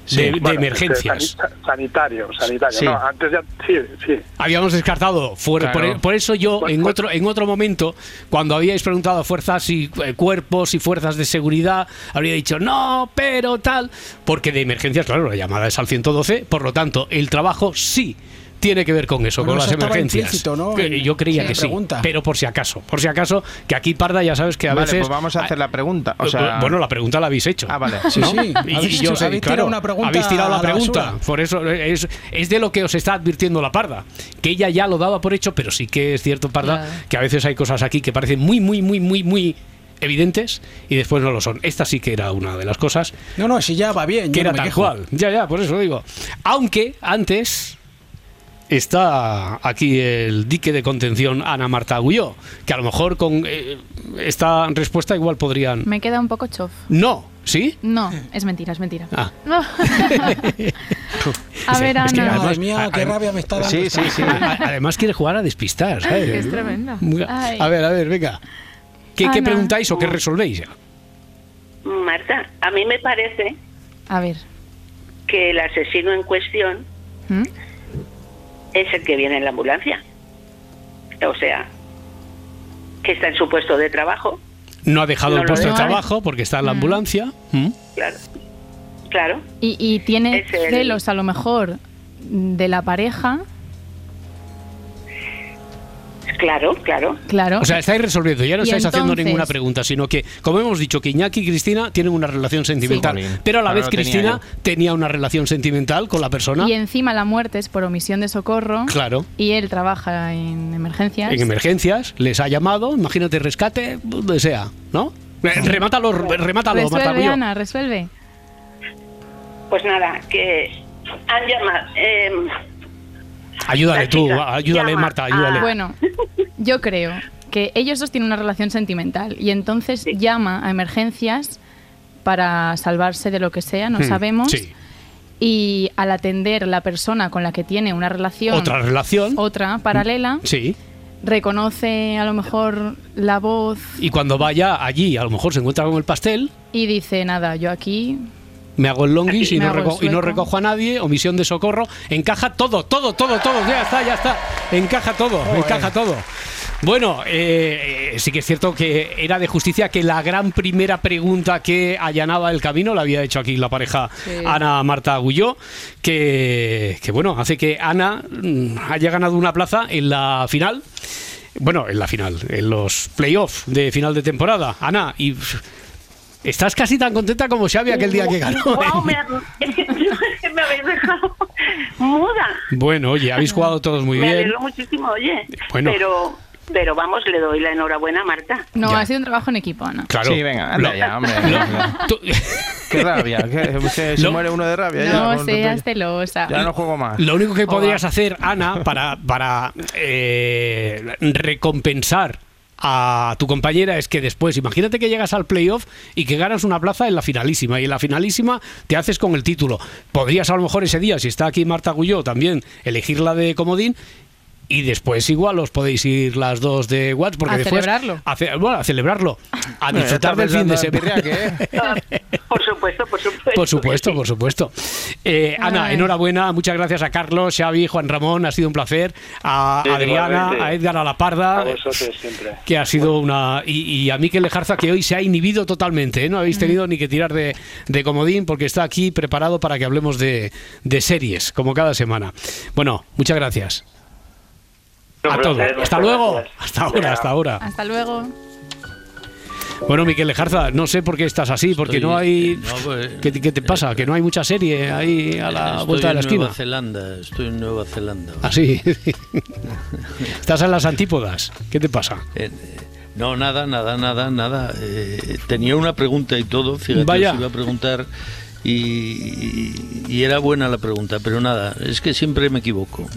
[SPEAKER 2] Sí,
[SPEAKER 1] de, de
[SPEAKER 2] bueno,
[SPEAKER 1] emergencias.
[SPEAKER 2] sanita- Sanitario, sanitario.
[SPEAKER 1] Sí.
[SPEAKER 2] No, antes ya, sí, sí.
[SPEAKER 1] Habíamos descartado fuera.
[SPEAKER 2] Claro.
[SPEAKER 1] Por, por eso yo en otro en otro momento cuando habíais preguntado fuerzas y eh, cuerpos y fuerzas de seguridad habría dicho no, pero tal, porque de emergencias claro la llamada es al 112, por lo tanto el trabajo sí tiene que ver con eso, con
[SPEAKER 3] Bueno, eso
[SPEAKER 1] las
[SPEAKER 3] estaba
[SPEAKER 1] emergencias.
[SPEAKER 3] implícito, ¿no?
[SPEAKER 1] Pero yo creía
[SPEAKER 3] Sí,
[SPEAKER 1] que
[SPEAKER 3] la
[SPEAKER 1] sí,
[SPEAKER 3] pregunta.
[SPEAKER 1] pero por si acaso, por si acaso que aquí parda ya sabes que a
[SPEAKER 6] vale,
[SPEAKER 1] veces Eh,
[SPEAKER 6] pues vamos a hacer la pregunta. O sea,
[SPEAKER 1] bueno, la pregunta la habéis hecho. Ah,
[SPEAKER 6] vale.
[SPEAKER 3] Sí, sí.
[SPEAKER 1] Y
[SPEAKER 3] Habéis
[SPEAKER 1] yo
[SPEAKER 3] hecho-
[SPEAKER 1] sé,
[SPEAKER 3] habéis
[SPEAKER 1] claro,
[SPEAKER 3] tirado una pregunta
[SPEAKER 1] habéis tirado la
[SPEAKER 3] a la
[SPEAKER 1] pregunta.
[SPEAKER 3] basura.
[SPEAKER 1] por eso eh, es, es de lo que os está advirtiendo la parda. Que ella ya lo daba por hecho, pero sí que es cierto, parda,
[SPEAKER 12] Claro.
[SPEAKER 1] que a veces hay cosas aquí que parecen muy, muy, muy, muy, muy evidentes y después no lo son. Esta sí que era una de las cosas
[SPEAKER 3] No, no, si ya va bien.
[SPEAKER 1] que
[SPEAKER 3] yo no
[SPEAKER 1] era
[SPEAKER 3] me
[SPEAKER 1] tal
[SPEAKER 3] quejo.
[SPEAKER 1] cual. Ya, ya, por eso digo. Aunque antes está aquí el dique de contención Ana Marta Agulló, que a lo mejor con eh, esta respuesta igual podrían...
[SPEAKER 8] Me queda un poco chof.
[SPEAKER 1] No, ¿sí?
[SPEAKER 8] No, es mentira, es mentira.
[SPEAKER 1] Ah.
[SPEAKER 8] No. A ver,
[SPEAKER 1] Es que
[SPEAKER 8] Ana.
[SPEAKER 1] además-
[SPEAKER 8] Madre mía, qué
[SPEAKER 1] adem-
[SPEAKER 8] rabia me está dando
[SPEAKER 1] Sí,
[SPEAKER 8] esta
[SPEAKER 1] sí, sí.
[SPEAKER 8] chica.
[SPEAKER 1] A- Además quiere jugar a despistar, ¿sabes?
[SPEAKER 8] Es tremendo.
[SPEAKER 1] Muy-
[SPEAKER 8] Ay. Ah,
[SPEAKER 1] A ver, a ver, venga. ¿Qué, qué
[SPEAKER 9] Ana.
[SPEAKER 1] preguntáis o qué resolvéis?
[SPEAKER 9] Marta, a mí me parece
[SPEAKER 8] A ver.
[SPEAKER 9] que el asesino en cuestión
[SPEAKER 8] ¿Mm?
[SPEAKER 9] es el que viene en la ambulancia. O sea, que está en su puesto de trabajo,
[SPEAKER 1] No ha dejado
[SPEAKER 9] No
[SPEAKER 1] el
[SPEAKER 9] lo
[SPEAKER 1] puesto de
[SPEAKER 9] veo.
[SPEAKER 1] trabajo porque está
[SPEAKER 8] Ah.
[SPEAKER 1] en la ambulancia. ¿Mm?
[SPEAKER 9] claro. Claro.
[SPEAKER 8] Y, y tiene
[SPEAKER 9] Es el-
[SPEAKER 8] celos a lo mejor de la pareja,
[SPEAKER 9] Claro, claro.
[SPEAKER 8] claro.
[SPEAKER 1] O sea, estáis resolviendo, ya no
[SPEAKER 8] Y
[SPEAKER 1] estáis haciendo
[SPEAKER 8] entonces-
[SPEAKER 1] ninguna pregunta, sino que, como hemos dicho, que Iñaki y Cristina tienen una relación sentimental,
[SPEAKER 6] Jolín,
[SPEAKER 1] pero a la
[SPEAKER 6] ahora
[SPEAKER 1] vez
[SPEAKER 6] lo tenía
[SPEAKER 1] Cristina tenía una relación sentimental con la persona.
[SPEAKER 8] y encima la muerte es por omisión de socorro.
[SPEAKER 1] Claro.
[SPEAKER 8] Y él trabaja en emergencias.
[SPEAKER 1] En emergencias, les ha llamado, imagínate rescate, donde sea, ¿no? Eh, Remátalo, remátalo, Marta
[SPEAKER 8] resuelve,
[SPEAKER 1] Agulló.
[SPEAKER 8] Ana, resuelve.
[SPEAKER 9] Pues nada, que han llamado. eh,
[SPEAKER 1] Ayúdale tú, ayúdale
[SPEAKER 8] llama Ah.
[SPEAKER 1] Marta,
[SPEAKER 9] Ah.
[SPEAKER 1] ayúdale.
[SPEAKER 8] Bueno, yo creo que ellos dos tienen una relación sentimental y entonces llama a emergencias para salvarse de lo que sea, no
[SPEAKER 1] Hmm,
[SPEAKER 8] sabemos.
[SPEAKER 1] sí.
[SPEAKER 8] Y al atender la persona con la que tiene una relación,
[SPEAKER 1] Otra relación.
[SPEAKER 8] otra paralela,
[SPEAKER 1] Sí.
[SPEAKER 8] reconoce a lo mejor la voz
[SPEAKER 1] Y cuando vaya allí, a lo mejor se encuentra con el pastel,
[SPEAKER 8] y dice, nada, yo aquí
[SPEAKER 1] me hago el longuis y
[SPEAKER 8] Me
[SPEAKER 1] no,
[SPEAKER 8] hago el
[SPEAKER 1] reco- y no
[SPEAKER 8] sueco.
[SPEAKER 1] recojo a nadie, omisión de socorro, encaja todo, todo, todo, todo, ya está, ya está, encaja todo,
[SPEAKER 6] Joder.
[SPEAKER 1] encaja todo. Bueno, eh, eh, sí que es cierto que era de justicia que la gran primera pregunta que allanaba el camino la había hecho aquí la pareja
[SPEAKER 12] Sí.
[SPEAKER 1] Ana Marta Agulló, que, que bueno, hace que Ana mm, haya ganado una plaza en la final. Bueno, en la final, en los playoffs de final de temporada. Ana, y pff, estás casi tan contenta como Xavi aquel día que ganó. ¿eh?
[SPEAKER 9] Guau, me ha- es que es que me habéis dejado muda.
[SPEAKER 1] Bueno, oye, habéis jugado todos muy
[SPEAKER 9] me
[SPEAKER 1] bien.
[SPEAKER 9] alegro muchísimo, oye.
[SPEAKER 1] Bueno.
[SPEAKER 9] Pero, pero vamos, le doy la enhorabuena a Marta.
[SPEAKER 8] No, ha sido un trabajo en equipo, Ana.
[SPEAKER 1] Claro.
[SPEAKER 6] Sí, venga, anda
[SPEAKER 1] Lo-
[SPEAKER 6] ya, hombre.
[SPEAKER 1] lo-
[SPEAKER 6] Qué rabia, que se, se
[SPEAKER 1] Lo-
[SPEAKER 6] muere uno de rabia. ya,
[SPEAKER 8] No
[SPEAKER 6] con-
[SPEAKER 8] seas celosa.
[SPEAKER 6] ya no juego más.
[SPEAKER 1] Lo único que
[SPEAKER 8] Joder.
[SPEAKER 1] podrías hacer, Ana, para, para eh, recompensar a tu compañera es que después, imagínate que llegas al playoff y que ganas una plaza en la finalísima y en la finalísima te haces con el título. Podrías a lo mejor ese día, si está aquí Marta Gulló, también elegirla de comodín. Y después igual os podéis ir las dos de Watts porque
[SPEAKER 8] A
[SPEAKER 1] después
[SPEAKER 8] celebrarlo.
[SPEAKER 1] a ce- bueno, a celebrarlo, a
[SPEAKER 6] Bueno,
[SPEAKER 1] disfrutar
[SPEAKER 6] está
[SPEAKER 1] del fin
[SPEAKER 6] pensando
[SPEAKER 1] de
[SPEAKER 6] en
[SPEAKER 1] semana.
[SPEAKER 6] Pirriaque, ¿eh?
[SPEAKER 9] Por supuesto, por supuesto.
[SPEAKER 1] Por supuesto, por supuesto. Eh, Ana,
[SPEAKER 9] Ay.
[SPEAKER 1] enhorabuena. Muchas gracias a Carlos, Xavi, Juan Ramón. Ha sido un placer. A
[SPEAKER 2] Sí,
[SPEAKER 1] Adriana,
[SPEAKER 2] igualmente.
[SPEAKER 1] a Edgar Alaparda.
[SPEAKER 2] A vosotros siempre.
[SPEAKER 1] Que ha sido una. Y, y a Miquel Lejarza, que hoy se ha inhibido totalmente. ¿eh? No habéis tenido ni que tirar de, de comodín porque está aquí preparado para que hablemos de, de series, como cada semana. Bueno, muchas gracias. A
[SPEAKER 7] Un
[SPEAKER 1] todos.
[SPEAKER 7] placer,
[SPEAKER 1] Hasta
[SPEAKER 7] muchas
[SPEAKER 1] luego.
[SPEAKER 7] gracias.
[SPEAKER 1] Hasta ahora, hasta ahora.
[SPEAKER 8] Hasta luego.
[SPEAKER 1] Bueno, Miquel Lejarza, no sé por qué estás así, porque
[SPEAKER 10] Estoy-
[SPEAKER 1] no hay.
[SPEAKER 10] no, pues,
[SPEAKER 1] ¿Qué, qué te pasa? Que no hay mucha serie ahí a la
[SPEAKER 10] Estoy
[SPEAKER 1] vuelta de la
[SPEAKER 10] en Nueva
[SPEAKER 1] esquina.
[SPEAKER 10] Zelanda, estoy en Nueva Zelanda.
[SPEAKER 1] Así. Ah, Estás en las antípodas. ¿Qué te pasa?
[SPEAKER 10] Eh, no, nada, nada, nada, nada. Eh, tenía una pregunta y todo, fíjate,
[SPEAKER 1] Vaya.
[SPEAKER 10] os iba a preguntar y, y- y era buena la pregunta, pero nada, es que siempre me equivoco.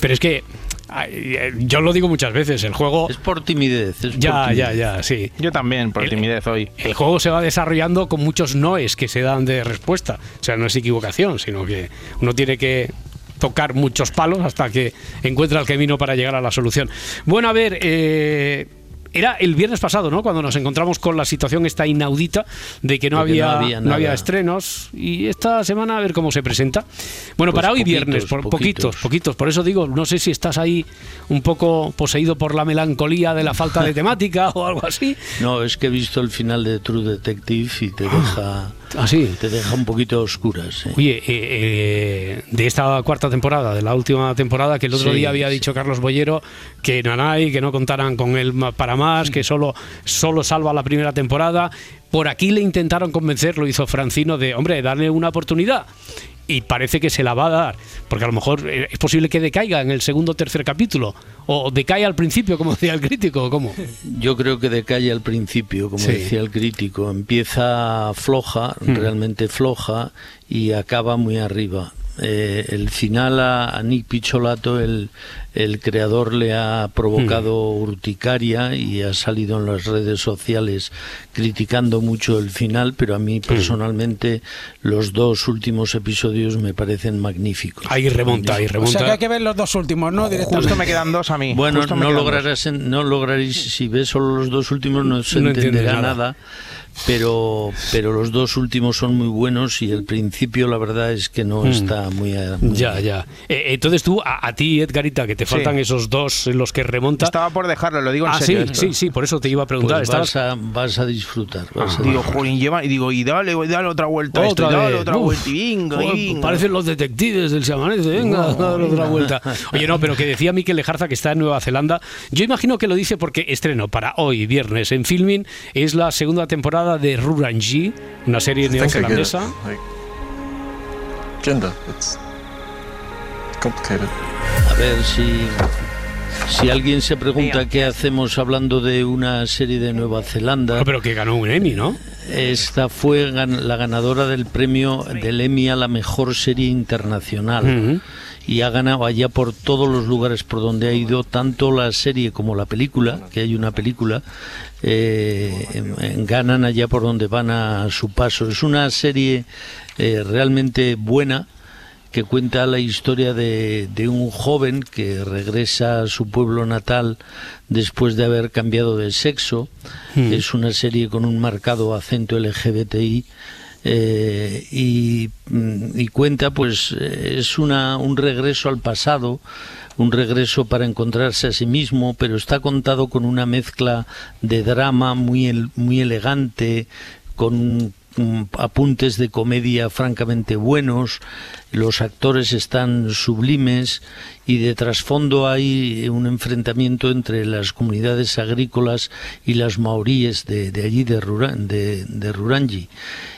[SPEAKER 1] Pero es que ay, eh, yo lo digo muchas veces, el juego...
[SPEAKER 10] Es por timidez. Es
[SPEAKER 1] oh. Ya,
[SPEAKER 10] por
[SPEAKER 1] ya,
[SPEAKER 10] timidez.
[SPEAKER 1] ya, sí.
[SPEAKER 6] Yo también, por timidez hoy.
[SPEAKER 1] El juego se va desarrollando con muchos noes que se dan de respuesta. O sea, no es equivocación, sino que uno tiene que tocar muchos palos hasta que encuentra el camino para llegar a la solución. Bueno, a ver... eh, Era el viernes pasado, ¿no? Cuando nos encontramos con la situación esta inaudita de que no
[SPEAKER 10] De que no
[SPEAKER 1] había,
[SPEAKER 10] había
[SPEAKER 1] no había
[SPEAKER 10] nada.
[SPEAKER 1] estrenos y esta semana a ver cómo se presenta. Bueno,
[SPEAKER 10] Pues
[SPEAKER 1] para hoy
[SPEAKER 10] poquitos,
[SPEAKER 1] viernes, por poquitos,
[SPEAKER 10] poquitos.
[SPEAKER 1] poquitos. Por eso digo, no sé si estás ahí un poco poseído por la melancolía de la falta de temática o algo así.
[SPEAKER 10] No, es que he visto el final de True Detective y te deja,
[SPEAKER 1] ¿Ah, sí?
[SPEAKER 10] te deja un poquito a oscuras. eh.
[SPEAKER 1] Oye, eh, eh, de esta cuarta temporada, de la última temporada, que el otro
[SPEAKER 10] Sí,
[SPEAKER 1] día había
[SPEAKER 10] sí.
[SPEAKER 1] dicho Carlos Bollero que Nanay, que no contaran con él ma- para más, que solo, solo salva la primera temporada. Por aquí le intentaron convencer, lo hizo Francino, de, hombre, darle una oportunidad. Y parece que se la va a dar, porque a lo mejor eh, es posible que decaiga en el segundo o tercer capítulo, o decae al principio, como decía el crítico, o cómo.
[SPEAKER 10] Yo creo que decae al principio, como
[SPEAKER 1] Sí. Mm.
[SPEAKER 10] decía el crítico. Empieza floja, realmente floja, y acaba muy arriba. eh, el final a, a Nick Picholato, el, el creador, le ha provocado
[SPEAKER 1] Mm.
[SPEAKER 10] urticaria y ha salido en las redes sociales criticando mucho el final, pero a
[SPEAKER 1] Mm.
[SPEAKER 10] mí personalmente los dos últimos episodios me parecen magníficos.
[SPEAKER 1] Ahí remonta, ahí
[SPEAKER 3] O sea que hay que ver los dos últimos, ¿no? Directamente.
[SPEAKER 6] Oh, Justo me quedan dos a mí.
[SPEAKER 10] Bueno,
[SPEAKER 6] Justo me
[SPEAKER 10] no
[SPEAKER 6] quedan dos.
[SPEAKER 10] lograrás, en- no lograréis, si ves solo los dos últimos no se
[SPEAKER 1] No entiendes
[SPEAKER 10] entenderá
[SPEAKER 1] nada.
[SPEAKER 10] nada. pero pero los dos últimos son muy buenos y el principio la verdad es que no
[SPEAKER 1] Mm.
[SPEAKER 10] está muy, a- muy
[SPEAKER 1] Ya, ya. Eh, entonces tú, a, a ti, Edgarita, que te
[SPEAKER 10] Sí.
[SPEAKER 1] faltan esos dos en los que remonta.
[SPEAKER 6] Estaba por dejarlo, lo digo en
[SPEAKER 1] ah,
[SPEAKER 6] serio. ¿eh?
[SPEAKER 1] Sí,
[SPEAKER 6] esto.
[SPEAKER 1] sí, sí, por eso te iba a preguntar.
[SPEAKER 10] Pues
[SPEAKER 1] Estabas-
[SPEAKER 10] vas, a, vas a disfrutar. vas a
[SPEAKER 6] Ah. Digo,
[SPEAKER 10] disfrutar.
[SPEAKER 6] jolín, lleva, y digo, y dale, y dale otra vuelta, a esto,
[SPEAKER 1] Otra
[SPEAKER 6] y dale
[SPEAKER 1] vez.
[SPEAKER 6] otra
[SPEAKER 1] Uf.
[SPEAKER 6] vuelta, y bingo, y
[SPEAKER 1] Joder,
[SPEAKER 6] bingo.
[SPEAKER 1] Parecen los detectives del Samanés, venga,
[SPEAKER 6] No,
[SPEAKER 1] dale otra
[SPEAKER 6] venga.
[SPEAKER 1] vuelta. Oye, no, pero que decía Miquel Lejarza que está en Nueva Zelanda. Yo imagino que lo dice porque estreno para hoy, viernes, en filming. Es la segunda temporada de Rurangi, una serie
[SPEAKER 12] I think I get it.
[SPEAKER 1] neozelandesa.
[SPEAKER 12] Like gender, it's complicated.
[SPEAKER 10] A ver si si alguien se pregunta qué hacemos hablando de una serie de Nueva Zelanda.
[SPEAKER 1] Ah, pero que ganó un Emmy, ¿no?
[SPEAKER 10] Esta fue gan- la ganadora del premio del Emmy a la mejor serie internacional.
[SPEAKER 1] Ujú.
[SPEAKER 10] Y ha ganado allá por todos los lugares por donde ha ido, tanto la serie como la película, que hay una película, eh, em- em, ganan allá por donde van a su paso. Es una serie eh, realmente buena que cuenta la historia de, de un joven que regresa a su pueblo natal después de haber cambiado de sexo.
[SPEAKER 13] Hmm.
[SPEAKER 10] Es una serie con un marcado acento LGBTI. eh, y, mm, y cuenta pues eh, es una, un regreso al pasado un regreso para encontrarse a sí mismo pero está contado con una mezcla de drama muy el- muy elegante con mm, apuntes de comedia francamente buenos, los actores están sublimes y de trasfondo hay un enfrentamiento entre las comunidades agrícolas y las maoríes de, de allí, de, Rura- de, de Rurangi.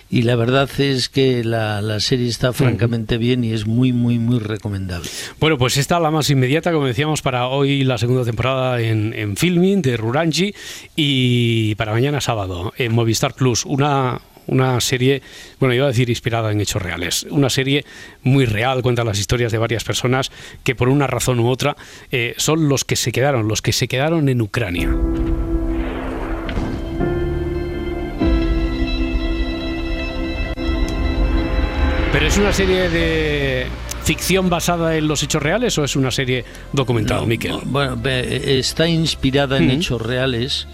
[SPEAKER 10] Y la verdad es que la, la serie está francamente bien y es muy, muy, muy recomendable.
[SPEAKER 1] Bueno, pues esta la más inmediata, como decíamos, para hoy la segunda temporada en, en filming de Rurangi y para mañana sábado en Movistar Plus. Una, una serie, bueno, iba a decir inspirada en hechos reales. Una serie muy real, cuenta las historias de varias personas que por una razón u otra eh, son los que se quedaron, los que se quedaron en Ucrania. ¿Pero es una serie de ficción basada en los hechos reales o es una serie documentada, Miquel?
[SPEAKER 10] Bueno, ve- está inspirada en
[SPEAKER 1] Ujú.
[SPEAKER 10] hechos reales.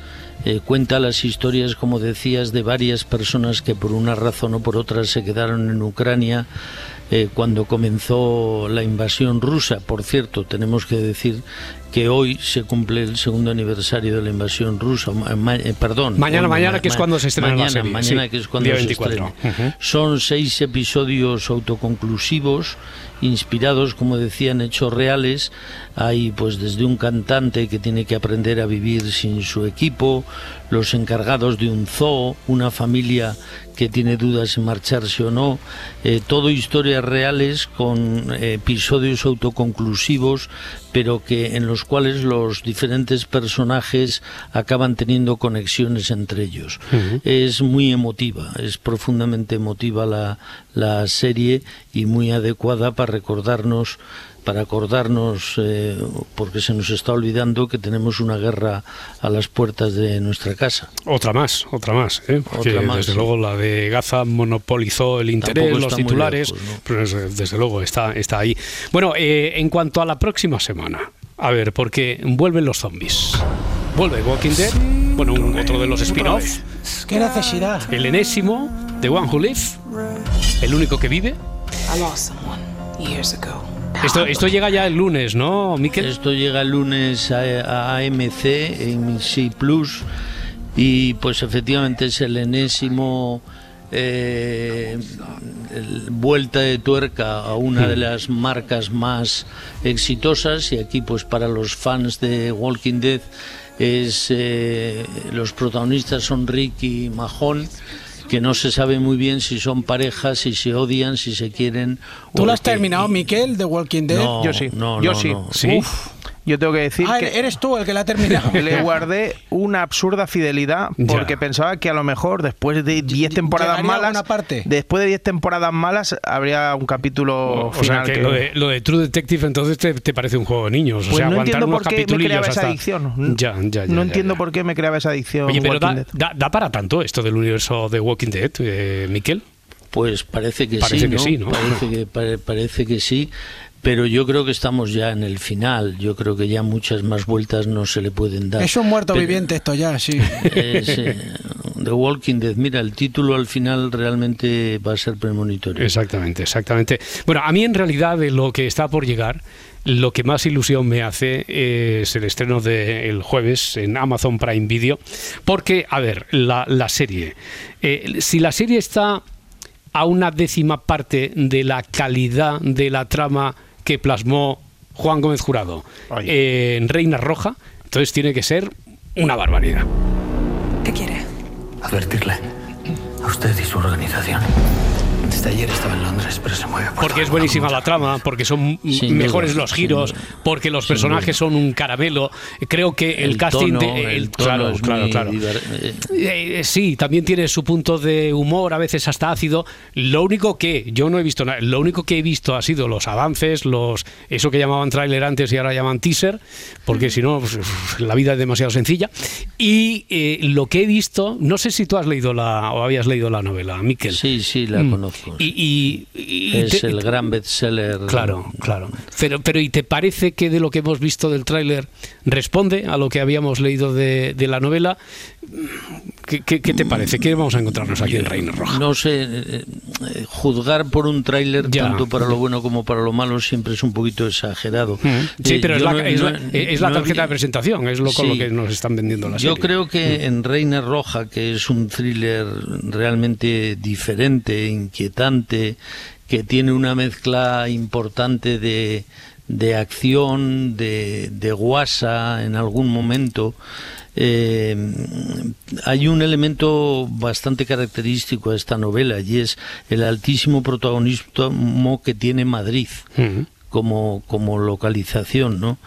[SPEAKER 10] eh, cuenta las historias, como decías, de varias personas que por una razón o por otra se quedaron en Ucrania eh, cuando comenzó la invasión rusa. Por cierto, tenemos que decir que hoy se cumple el segundo aniversario de la invasión rusa. ma- ma- eh, perdón.
[SPEAKER 1] Mañana,
[SPEAKER 10] Bueno,
[SPEAKER 1] mañana,
[SPEAKER 10] ma-
[SPEAKER 1] que es
[SPEAKER 10] ma-
[SPEAKER 1] cuando se estrena la
[SPEAKER 10] mañana,
[SPEAKER 1] serie.
[SPEAKER 10] Mañana,
[SPEAKER 1] sí,
[SPEAKER 10] que es cuando
[SPEAKER 1] día
[SPEAKER 10] se
[SPEAKER 1] 24.
[SPEAKER 10] estrena.
[SPEAKER 1] Ujú.
[SPEAKER 10] Son seis episodios autoconclusivos, inspirados, como decía, en hechos reales. Hay, pues, desde un cantante que tiene que aprender a vivir sin su equipo, los encargados de un zoo, una familia que tiene dudas en marcharse o no. Eh, todo historias reales con eh, episodios autoconclusivos, pero que en los cuales los diferentes personajes acaban teniendo conexiones entre ellos
[SPEAKER 13] Ujú.
[SPEAKER 10] es muy emotiva, es profundamente emotiva la, la serie y muy adecuada para recordarnos, para acordarnos, eh, porque se nos está olvidando que tenemos una guerra a las puertas de nuestra casa.
[SPEAKER 1] Otra más, otra más. ¿eh? Porque
[SPEAKER 10] Otra más,
[SPEAKER 1] desde
[SPEAKER 10] sí.
[SPEAKER 1] luego la de Gaza monopolizó el interés,
[SPEAKER 10] Tampoco
[SPEAKER 1] los
[SPEAKER 10] está muy
[SPEAKER 1] titulares,
[SPEAKER 10] lejos, ¿no?
[SPEAKER 1] pero desde, desde luego está, está ahí. Bueno, eh, en cuanto a la próxima semana, a ver, porque vuelven los zombies. Vuelve Walking Dead, bueno, un- otro de los spin-offs,
[SPEAKER 3] ¿Qué necesidad?
[SPEAKER 1] el enésimo de One Who Lives, el único que vive.
[SPEAKER 14] I lost someone years ago.
[SPEAKER 1] Esto, esto llega ya el lunes, ¿no, Miquel?
[SPEAKER 10] Esto llega el lunes a, a AMC en C Plus y pues efectivamente es el enésimo eh, el- vuelta de tuerca a una
[SPEAKER 1] Hmm.
[SPEAKER 10] de las marcas más exitosas y aquí pues para los fans de Walking Dead es eh, los protagonistas son Rick y Mahon que no se sabe muy bien si son parejas, si se odian, si se quieren.
[SPEAKER 3] ¿Tú
[SPEAKER 10] o
[SPEAKER 3] lo has
[SPEAKER 10] qué. ¿Eh?
[SPEAKER 3] terminado, Miquel, de Walking Dead?
[SPEAKER 10] No, no, no, no.
[SPEAKER 3] Uf,
[SPEAKER 6] yo tengo que decir
[SPEAKER 3] Ah,
[SPEAKER 6] que
[SPEAKER 3] eres tú el que la ha terminado.
[SPEAKER 6] le guardé una absurda fidelidad porque pensaba que a lo mejor después de 10 temporadas
[SPEAKER 3] Llegaría
[SPEAKER 6] malas,
[SPEAKER 3] alguna parte.
[SPEAKER 6] después de 10 temporadas malas habría un capítulo
[SPEAKER 1] O sea,
[SPEAKER 6] final
[SPEAKER 1] que,
[SPEAKER 6] que-
[SPEAKER 1] Lo, de, lo de True Detective entonces te, te parece un juego de niños. o
[SPEAKER 6] Pues
[SPEAKER 1] sea,
[SPEAKER 6] no
[SPEAKER 1] aguantar
[SPEAKER 6] entiendo
[SPEAKER 1] unos
[SPEAKER 6] por qué me
[SPEAKER 1] capitulillos
[SPEAKER 6] creaba esa
[SPEAKER 1] hasta-
[SPEAKER 6] adicción.
[SPEAKER 1] Ya, ya, ya,
[SPEAKER 6] no
[SPEAKER 1] ya,
[SPEAKER 6] entiendo
[SPEAKER 1] ya.
[SPEAKER 6] por qué me creaba esa adicción.
[SPEAKER 1] Oye, pero
[SPEAKER 6] Walking
[SPEAKER 1] da,
[SPEAKER 6] Dead.
[SPEAKER 1] da- da para tanto esto del universo de Walking Dead, eh, Miquel.
[SPEAKER 10] Pues parece que
[SPEAKER 1] Parece
[SPEAKER 10] sí,
[SPEAKER 1] que
[SPEAKER 10] ¿no?
[SPEAKER 1] sí, ¿no?
[SPEAKER 10] Parece que, pare- parece que sí, pero yo creo que estamos ya en el final. Yo creo que ya muchas más vueltas no se le pueden dar.
[SPEAKER 3] Es un muerto
[SPEAKER 10] Pero-
[SPEAKER 3] viviente esto ya, sí.
[SPEAKER 10] Eh, sí. The Walking Dead. Mira, el título al final realmente va a ser premonitorio.
[SPEAKER 1] Exactamente, exactamente. Bueno, a mí en realidad de lo que está por llegar, lo que más ilusión me hace eh, es el estreno del jueves en Amazon Prime Video, porque, a ver, la, la serie, eh, si la serie está a una décima parte de la calidad de la trama que plasmó Juan Gómez Jurado eh, en Reina Roja, entonces tiene que ser una barbaridad.
[SPEAKER 14] ¿Qué quiere?
[SPEAKER 13] Advertirle. A usted y su organización. Desde ayer estaba en Londres, pero se mueve.
[SPEAKER 1] Porque es buenísima la trama, porque son m-
[SPEAKER 13] Sin duda,
[SPEAKER 1] mejores los
[SPEAKER 13] sin
[SPEAKER 1] giros,
[SPEAKER 13] duda.
[SPEAKER 1] porque los
[SPEAKER 13] Sin
[SPEAKER 1] personajes son un caramelo. Creo que el, casting
[SPEAKER 10] tono-
[SPEAKER 1] de
[SPEAKER 10] el tono
[SPEAKER 1] claro,
[SPEAKER 10] es
[SPEAKER 1] claro,
[SPEAKER 10] muy
[SPEAKER 1] claro.
[SPEAKER 10] diver- eh,
[SPEAKER 1] Eh, eh, sí, también tiene su punto de humor, a veces hasta ácido. Lo único que yo no he visto nada, lo único que he visto ha sido los avances, los eso que llamaban tráiler antes y ahora llaman teaser, porque si no pues, la vida es demasiado sencilla. Y eh, lo que he visto, no sé si tú has leído la o habías leído la novela, Miquel.
[SPEAKER 10] Sí, sí, la
[SPEAKER 1] Mm.
[SPEAKER 10] conozco.
[SPEAKER 1] Y, y- y- y
[SPEAKER 10] eh, es
[SPEAKER 1] te-
[SPEAKER 10] el gran bestseller.
[SPEAKER 1] Claro, claro. Pero, pero ¿y te parece que de lo que hemos visto del tráiler responde a lo que habíamos leído de, de la novela? ¿Qué, qué, qué te parece? ¿Qué vamos a encontrarnos aquí en Reino Rojo?
[SPEAKER 10] No sé, eh, eh, juzgar por un tráiler
[SPEAKER 1] Ya.
[SPEAKER 10] tanto para lo bueno como para lo malo siempre es un poquito exagerado.
[SPEAKER 1] Sí,
[SPEAKER 10] Eh,
[SPEAKER 1] pero es
[SPEAKER 10] yo
[SPEAKER 1] la,
[SPEAKER 10] no-
[SPEAKER 1] es la-
[SPEAKER 10] no-
[SPEAKER 1] es la
[SPEAKER 10] no he
[SPEAKER 1] tarjeta de presentación, es lo con lo
[SPEAKER 10] Sí.
[SPEAKER 1] que nos están vendiendo la
[SPEAKER 10] Yo
[SPEAKER 1] serie. Mm.
[SPEAKER 10] creo que en Reina Roja, que es un thriller realmente diferente, inquietante, que tiene una mezcla importante de, de acción, de, de guasa en algún momento, eh, hay un elemento bastante característico a esta novela y es el altísimo protagonismo que tiene Madrid como, como localización, ¿no?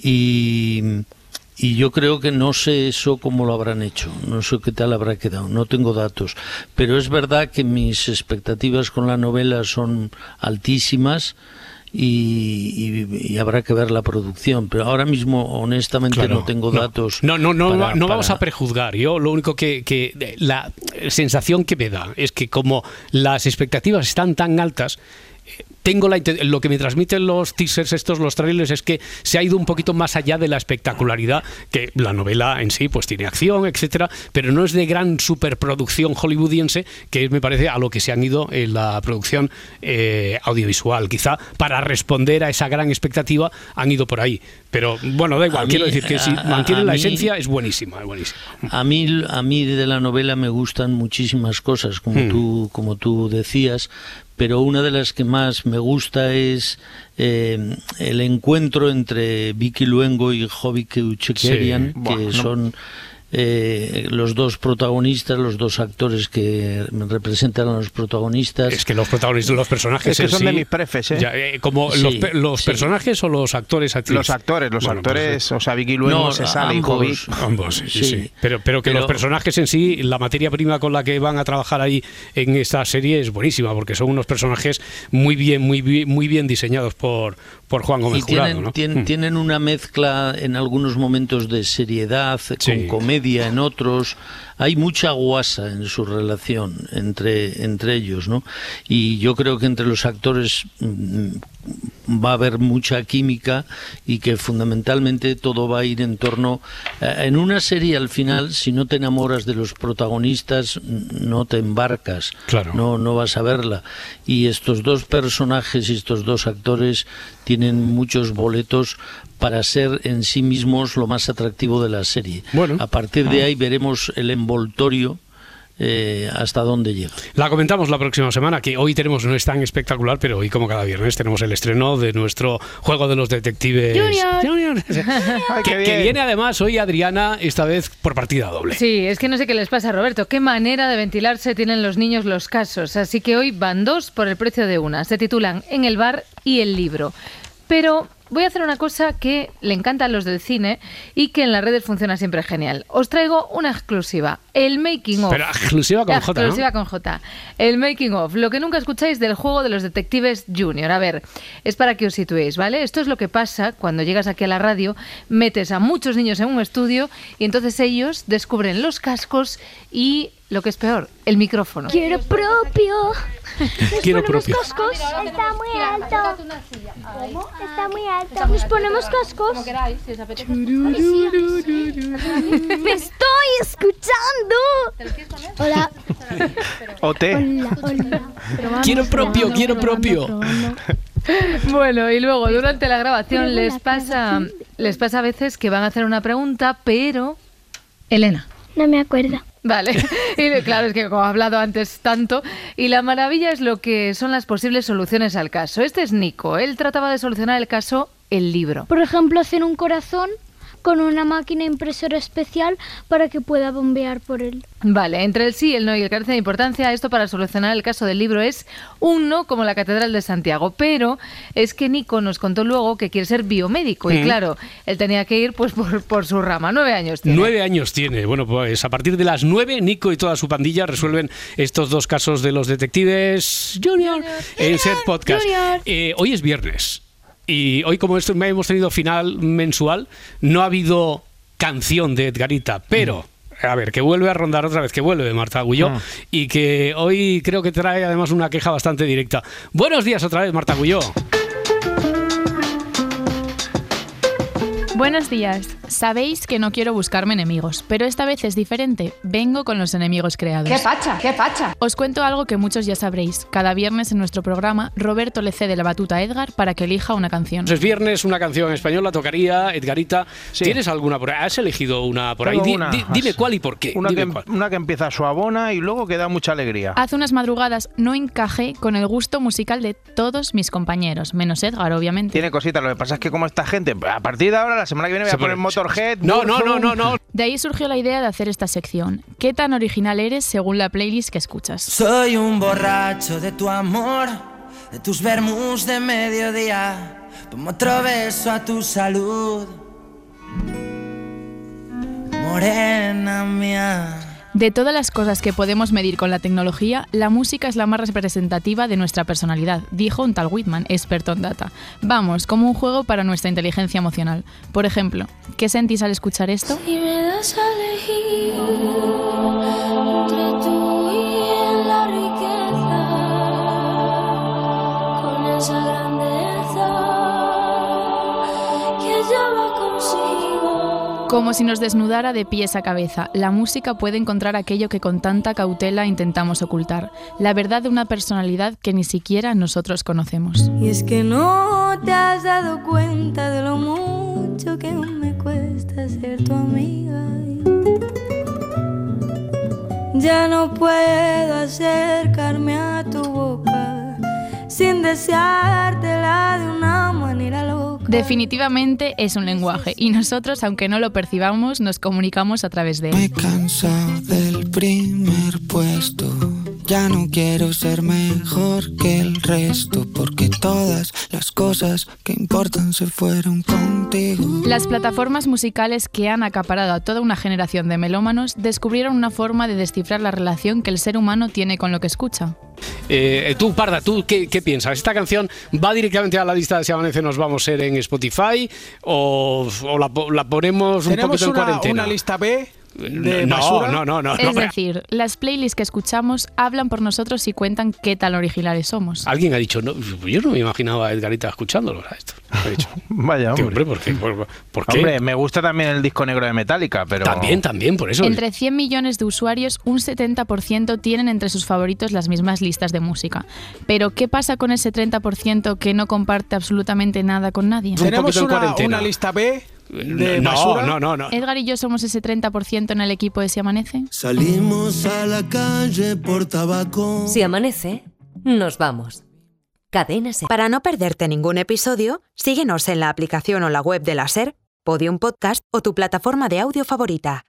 [SPEAKER 10] Y, y yo creo que no sé eso cómo lo habrán hecho, no sé qué tal habrá quedado, no tengo datos. Pero es verdad que mis expectativas con la novela son altísimas y, y- y habrá que ver la producción. Pero ahora mismo, honestamente,
[SPEAKER 1] Mm, Claro,
[SPEAKER 10] no tengo datos.
[SPEAKER 1] No, no, no,
[SPEAKER 10] para-
[SPEAKER 1] no vamos
[SPEAKER 10] para-
[SPEAKER 1] a prejuzgar. Yo lo único que, que- de- la sensación que me da es que como las expectativas están tan altas, eh, tengo la inte- lo que me transmiten los teasers estos, los trailers, es que se ha ido un poquito más allá de la espectacularidad que la novela en sí, pues tiene acción, etcétera, pero no es de gran superproducción hollywoodiense, que me parece a lo que se han ido en la producción eh, audiovisual. Quizá para responder a esa gran expectativa han ido por ahí. Pero bueno, da igual,
[SPEAKER 10] A
[SPEAKER 1] quiero
[SPEAKER 10] mí-
[SPEAKER 1] decir que si
[SPEAKER 10] a- a-
[SPEAKER 1] mantienen
[SPEAKER 10] a
[SPEAKER 1] la
[SPEAKER 10] mí-
[SPEAKER 1] esencia es buenísima, es buenísima.
[SPEAKER 10] A mí, a mí de la novela me gustan muchísimas cosas, como,
[SPEAKER 1] Hmm.
[SPEAKER 10] tú, como tú decías, pero una de las que más me gusta es eh, el encuentro entre Vicky Luengo y Jovi Keuchekerian,
[SPEAKER 6] Sí,
[SPEAKER 10] que
[SPEAKER 6] buah, no.
[SPEAKER 10] son eh, los dos protagonistas, los dos actores que representan a los protagonistas.
[SPEAKER 1] Es que los protagonistas, los personajes
[SPEAKER 6] Es que
[SPEAKER 1] en
[SPEAKER 6] son
[SPEAKER 1] sí-
[SPEAKER 6] de mis prefes, ¿eh?
[SPEAKER 1] Ya, eh, como
[SPEAKER 10] Sí,
[SPEAKER 1] los, pe- los
[SPEAKER 10] sí.
[SPEAKER 1] personajes o los actores actriz?
[SPEAKER 6] Los actores, los
[SPEAKER 1] Bueno, pues,
[SPEAKER 6] actores, o sea, Vicky Luengo se sale y Jovi.
[SPEAKER 1] Ambos, sí, sí.
[SPEAKER 10] Sí.
[SPEAKER 1] Pero, pero que
[SPEAKER 10] Pero-
[SPEAKER 1] los personajes en sí, la materia prima con la que van a trabajar ahí en esta serie es buenísima, porque son unos personajes muy bien, muy bien, muy bien diseñados por, por Juan Gómez
[SPEAKER 10] y tienen,
[SPEAKER 1] Jurado, ¿no?
[SPEAKER 10] tien-
[SPEAKER 1] Mm.
[SPEAKER 10] tienen una mezcla en algunos momentos de seriedad, eh, con comedia en otros. Hay mucha guasa en su relación entre, entre ellos, ¿no? Y yo creo que entre los actores mm, va a haber mucha química y que fundamentalmente todo va a ir en torno... eh, En una serie al final, si no te enamoras de los protagonistas, mm, no te embarcas.
[SPEAKER 1] Claro.
[SPEAKER 10] No, no vas a verla. Y estos dos personajes y estos dos actores tienen muchos boletos para ser en sí mismos lo más atractivo de la serie. a partir de ahí veremos el envoltorio eh, hasta dónde llega.
[SPEAKER 1] La comentamos la próxima semana, que hoy tenemos, no es tan espectacular, pero hoy como cada viernes tenemos el estreno de nuestro juego de los detectives.
[SPEAKER 5] Junior.
[SPEAKER 1] Que, que viene además hoy Adriana, esta vez por partida doble.
[SPEAKER 5] Sí, es que no sé qué les pasa, Roberto. Qué manera de ventilarse tienen los niños los casos. Así que hoy van dos por el precio de una. Se titulan En el bar y el libro. Pero voy a hacer una cosa que le encanta a los del cine y que en las redes funciona siempre genial. Os traigo una exclusiva, el making of.
[SPEAKER 1] Pero exclusiva con J, ¿no?
[SPEAKER 5] Exclusiva con J. El making of, lo que nunca escucháis del juego de los detectives junior. A ver, es para que os situéis, ¿vale? Esto es lo que pasa cuando llegas aquí a la radio, metes a muchos niños en un estudio y entonces ellos descubren los cascos y lo que es peor, el micrófono.
[SPEAKER 15] Quiero propio.
[SPEAKER 1] Quiero
[SPEAKER 15] ponemos
[SPEAKER 1] propio.
[SPEAKER 15] cascos. Está muy alto. Está muy alto. Nos ponemos cascos. ¡Me estoy escuchando! Hola.
[SPEAKER 6] O té.
[SPEAKER 1] Quiero propio, quiero propio.
[SPEAKER 5] Bueno, y luego durante la grabación les pasa, les pasa a veces que van a hacer una pregunta, pero Elena.
[SPEAKER 15] No me acuerdo.
[SPEAKER 5] Vale, y claro, es que como he hablado antes tanto, y la maravilla es lo que son las posibles soluciones al caso. Este es Nico, él trataba de solucionar el caso el libro.
[SPEAKER 15] Por ejemplo, hacer un corazón con una máquina impresora especial para que pueda bombear por él.
[SPEAKER 5] Vale, entre el sí, el no y el carece de importancia, esto para solucionar el caso del libro es un no como la Catedral de Santiago, pero es que Nico nos contó luego que quiere ser biomédico y
[SPEAKER 1] Mm.
[SPEAKER 5] claro, él tenía que ir pues por, por su rama, nueve años tiene.
[SPEAKER 1] Nueve años tiene. Bueno, pues a partir de las nueve, Nico y toda su pandilla resuelven estos dos casos de los detectives Junior en Ser Podcast. Eh, hoy es viernes y hoy como esto hemos tenido final mensual, no ha habido canción de Edgarita, pero... A ver, que vuelve a rondar otra vez, que vuelve Marta Agulló y que hoy creo que trae además una queja bastante directa. Buenos días otra vez, Marta Agulló.
[SPEAKER 8] Buenos días. Sabéis que no quiero buscarme enemigos, pero esta vez es diferente. Vengo con los enemigos creados.
[SPEAKER 14] ¡Qué facha, qué facha!
[SPEAKER 8] Os cuento algo que muchos ya sabréis. Cada viernes en nuestro programa, Roberto le cede la batuta a Edgar para que elija una canción.
[SPEAKER 1] Entonces, viernes, una canción española tocaría, Edgarita. ¿Tienes alguna por ahí? ¿Has elegido una por ahí?
[SPEAKER 6] Tengo
[SPEAKER 1] Di-
[SPEAKER 6] una.
[SPEAKER 1] di- dime cuál y por qué.
[SPEAKER 6] Una que,
[SPEAKER 1] eh,
[SPEAKER 3] em
[SPEAKER 6] em-
[SPEAKER 1] Dime cuál.
[SPEAKER 6] una que empieza suavona y luego que da mucha alegría.
[SPEAKER 8] Hace unas madrugadas no encajé con el gusto musical de todos mis compañeros, menos Edgar, obviamente.
[SPEAKER 6] Tiene cositas, lo que pasa es que como esta gente, a partir de ahora, la semana que viene voy
[SPEAKER 1] Se
[SPEAKER 6] a poner
[SPEAKER 1] pone-
[SPEAKER 6] Motorhead.
[SPEAKER 1] No, no, no,
[SPEAKER 6] Burzum.
[SPEAKER 1] no, no.
[SPEAKER 8] De ahí surgió la idea de hacer esta sección. ¿Qué tan original eres según la playlist que escuchas?
[SPEAKER 16] Soy un borracho de tu amor, de tus vermus de mediodía. Como otro beso a tu salud, morena mía.
[SPEAKER 8] De todas las cosas que podemos medir con la tecnología, la música es la más representativa de nuestra personalidad, dijo un tal Whitman, experto en data. Vamos, como un juego para nuestra inteligencia emocional. Por ejemplo, ¿qué sentís al escuchar esto?
[SPEAKER 15] Si me das a elegir entre tú y él la riqueza, con esa grandeza que lleva consigo.
[SPEAKER 8] Como si nos desnudara de pies a cabeza, la música puede encontrar aquello que con tanta cautela intentamos ocultar, la verdad de una personalidad que ni siquiera nosotros conocemos.
[SPEAKER 17] Y es que no te has dado cuenta de lo mucho que me cuesta ser tu amiga. Ya no puedo acercarme a tu boca sin deseártela de una manera loca.
[SPEAKER 8] Definitivamente es un lenguaje y nosotros, aunque no lo percibamos, nos comunicamos a través de él.
[SPEAKER 14] Cansado del primer puesto. Ya no quiero ser mejor que el resto, porque todas las cosas que importan se fueron contigo.
[SPEAKER 8] Las plataformas musicales que han acaparado a toda una generación de melómanos descubrieron una forma de descifrar la relación que el ser humano tiene con lo que escucha.
[SPEAKER 1] Eh, tú, Parda, ¿tú qué, qué piensas? ¿Esta canción va directamente a la lista de Si Amanece Nos Vamos a Ser en Spotify o, o la, po- la ponemos un
[SPEAKER 3] Tenemos
[SPEAKER 1] poquito en
[SPEAKER 3] una,
[SPEAKER 1] cuarentena?
[SPEAKER 3] una lista B de
[SPEAKER 1] no,
[SPEAKER 3] basura.
[SPEAKER 1] no, no, no,
[SPEAKER 8] es
[SPEAKER 1] no.
[SPEAKER 8] decir, las playlists que escuchamos hablan por nosotros y cuentan qué tan originales somos.
[SPEAKER 1] Alguien ha dicho, no, yo no me imaginaba a Edgarita escuchándolo. a Esto. Ha dicho,
[SPEAKER 6] Vaya,
[SPEAKER 1] "Tío,
[SPEAKER 6] hombre.
[SPEAKER 1] hombre, ¿por qué? ¿Por- por qué?
[SPEAKER 6] Hombre, me gusta también el disco negro de Metallica, pero.
[SPEAKER 1] También, también, por
[SPEAKER 8] Entre 100 millones de usuarios, un 70% tienen entre sus favoritos las mismas listas de música. Pero, ¿qué pasa con ese 30% que no comparte absolutamente nada con nadie?
[SPEAKER 3] Tenemos una, una lista B de
[SPEAKER 1] No,
[SPEAKER 3] basura.
[SPEAKER 1] no, no, no.
[SPEAKER 8] Edgar y yo somos ese 30% en el equipo de Si Amanece.
[SPEAKER 16] Salimos a la calle por tabaco.
[SPEAKER 18] Si amanece, nos vamos. Cadena Ser.
[SPEAKER 19] Para no perderte ningún episodio, síguenos en la aplicación o la web de la SER, Podium Podcast o tu plataforma de audio favorita.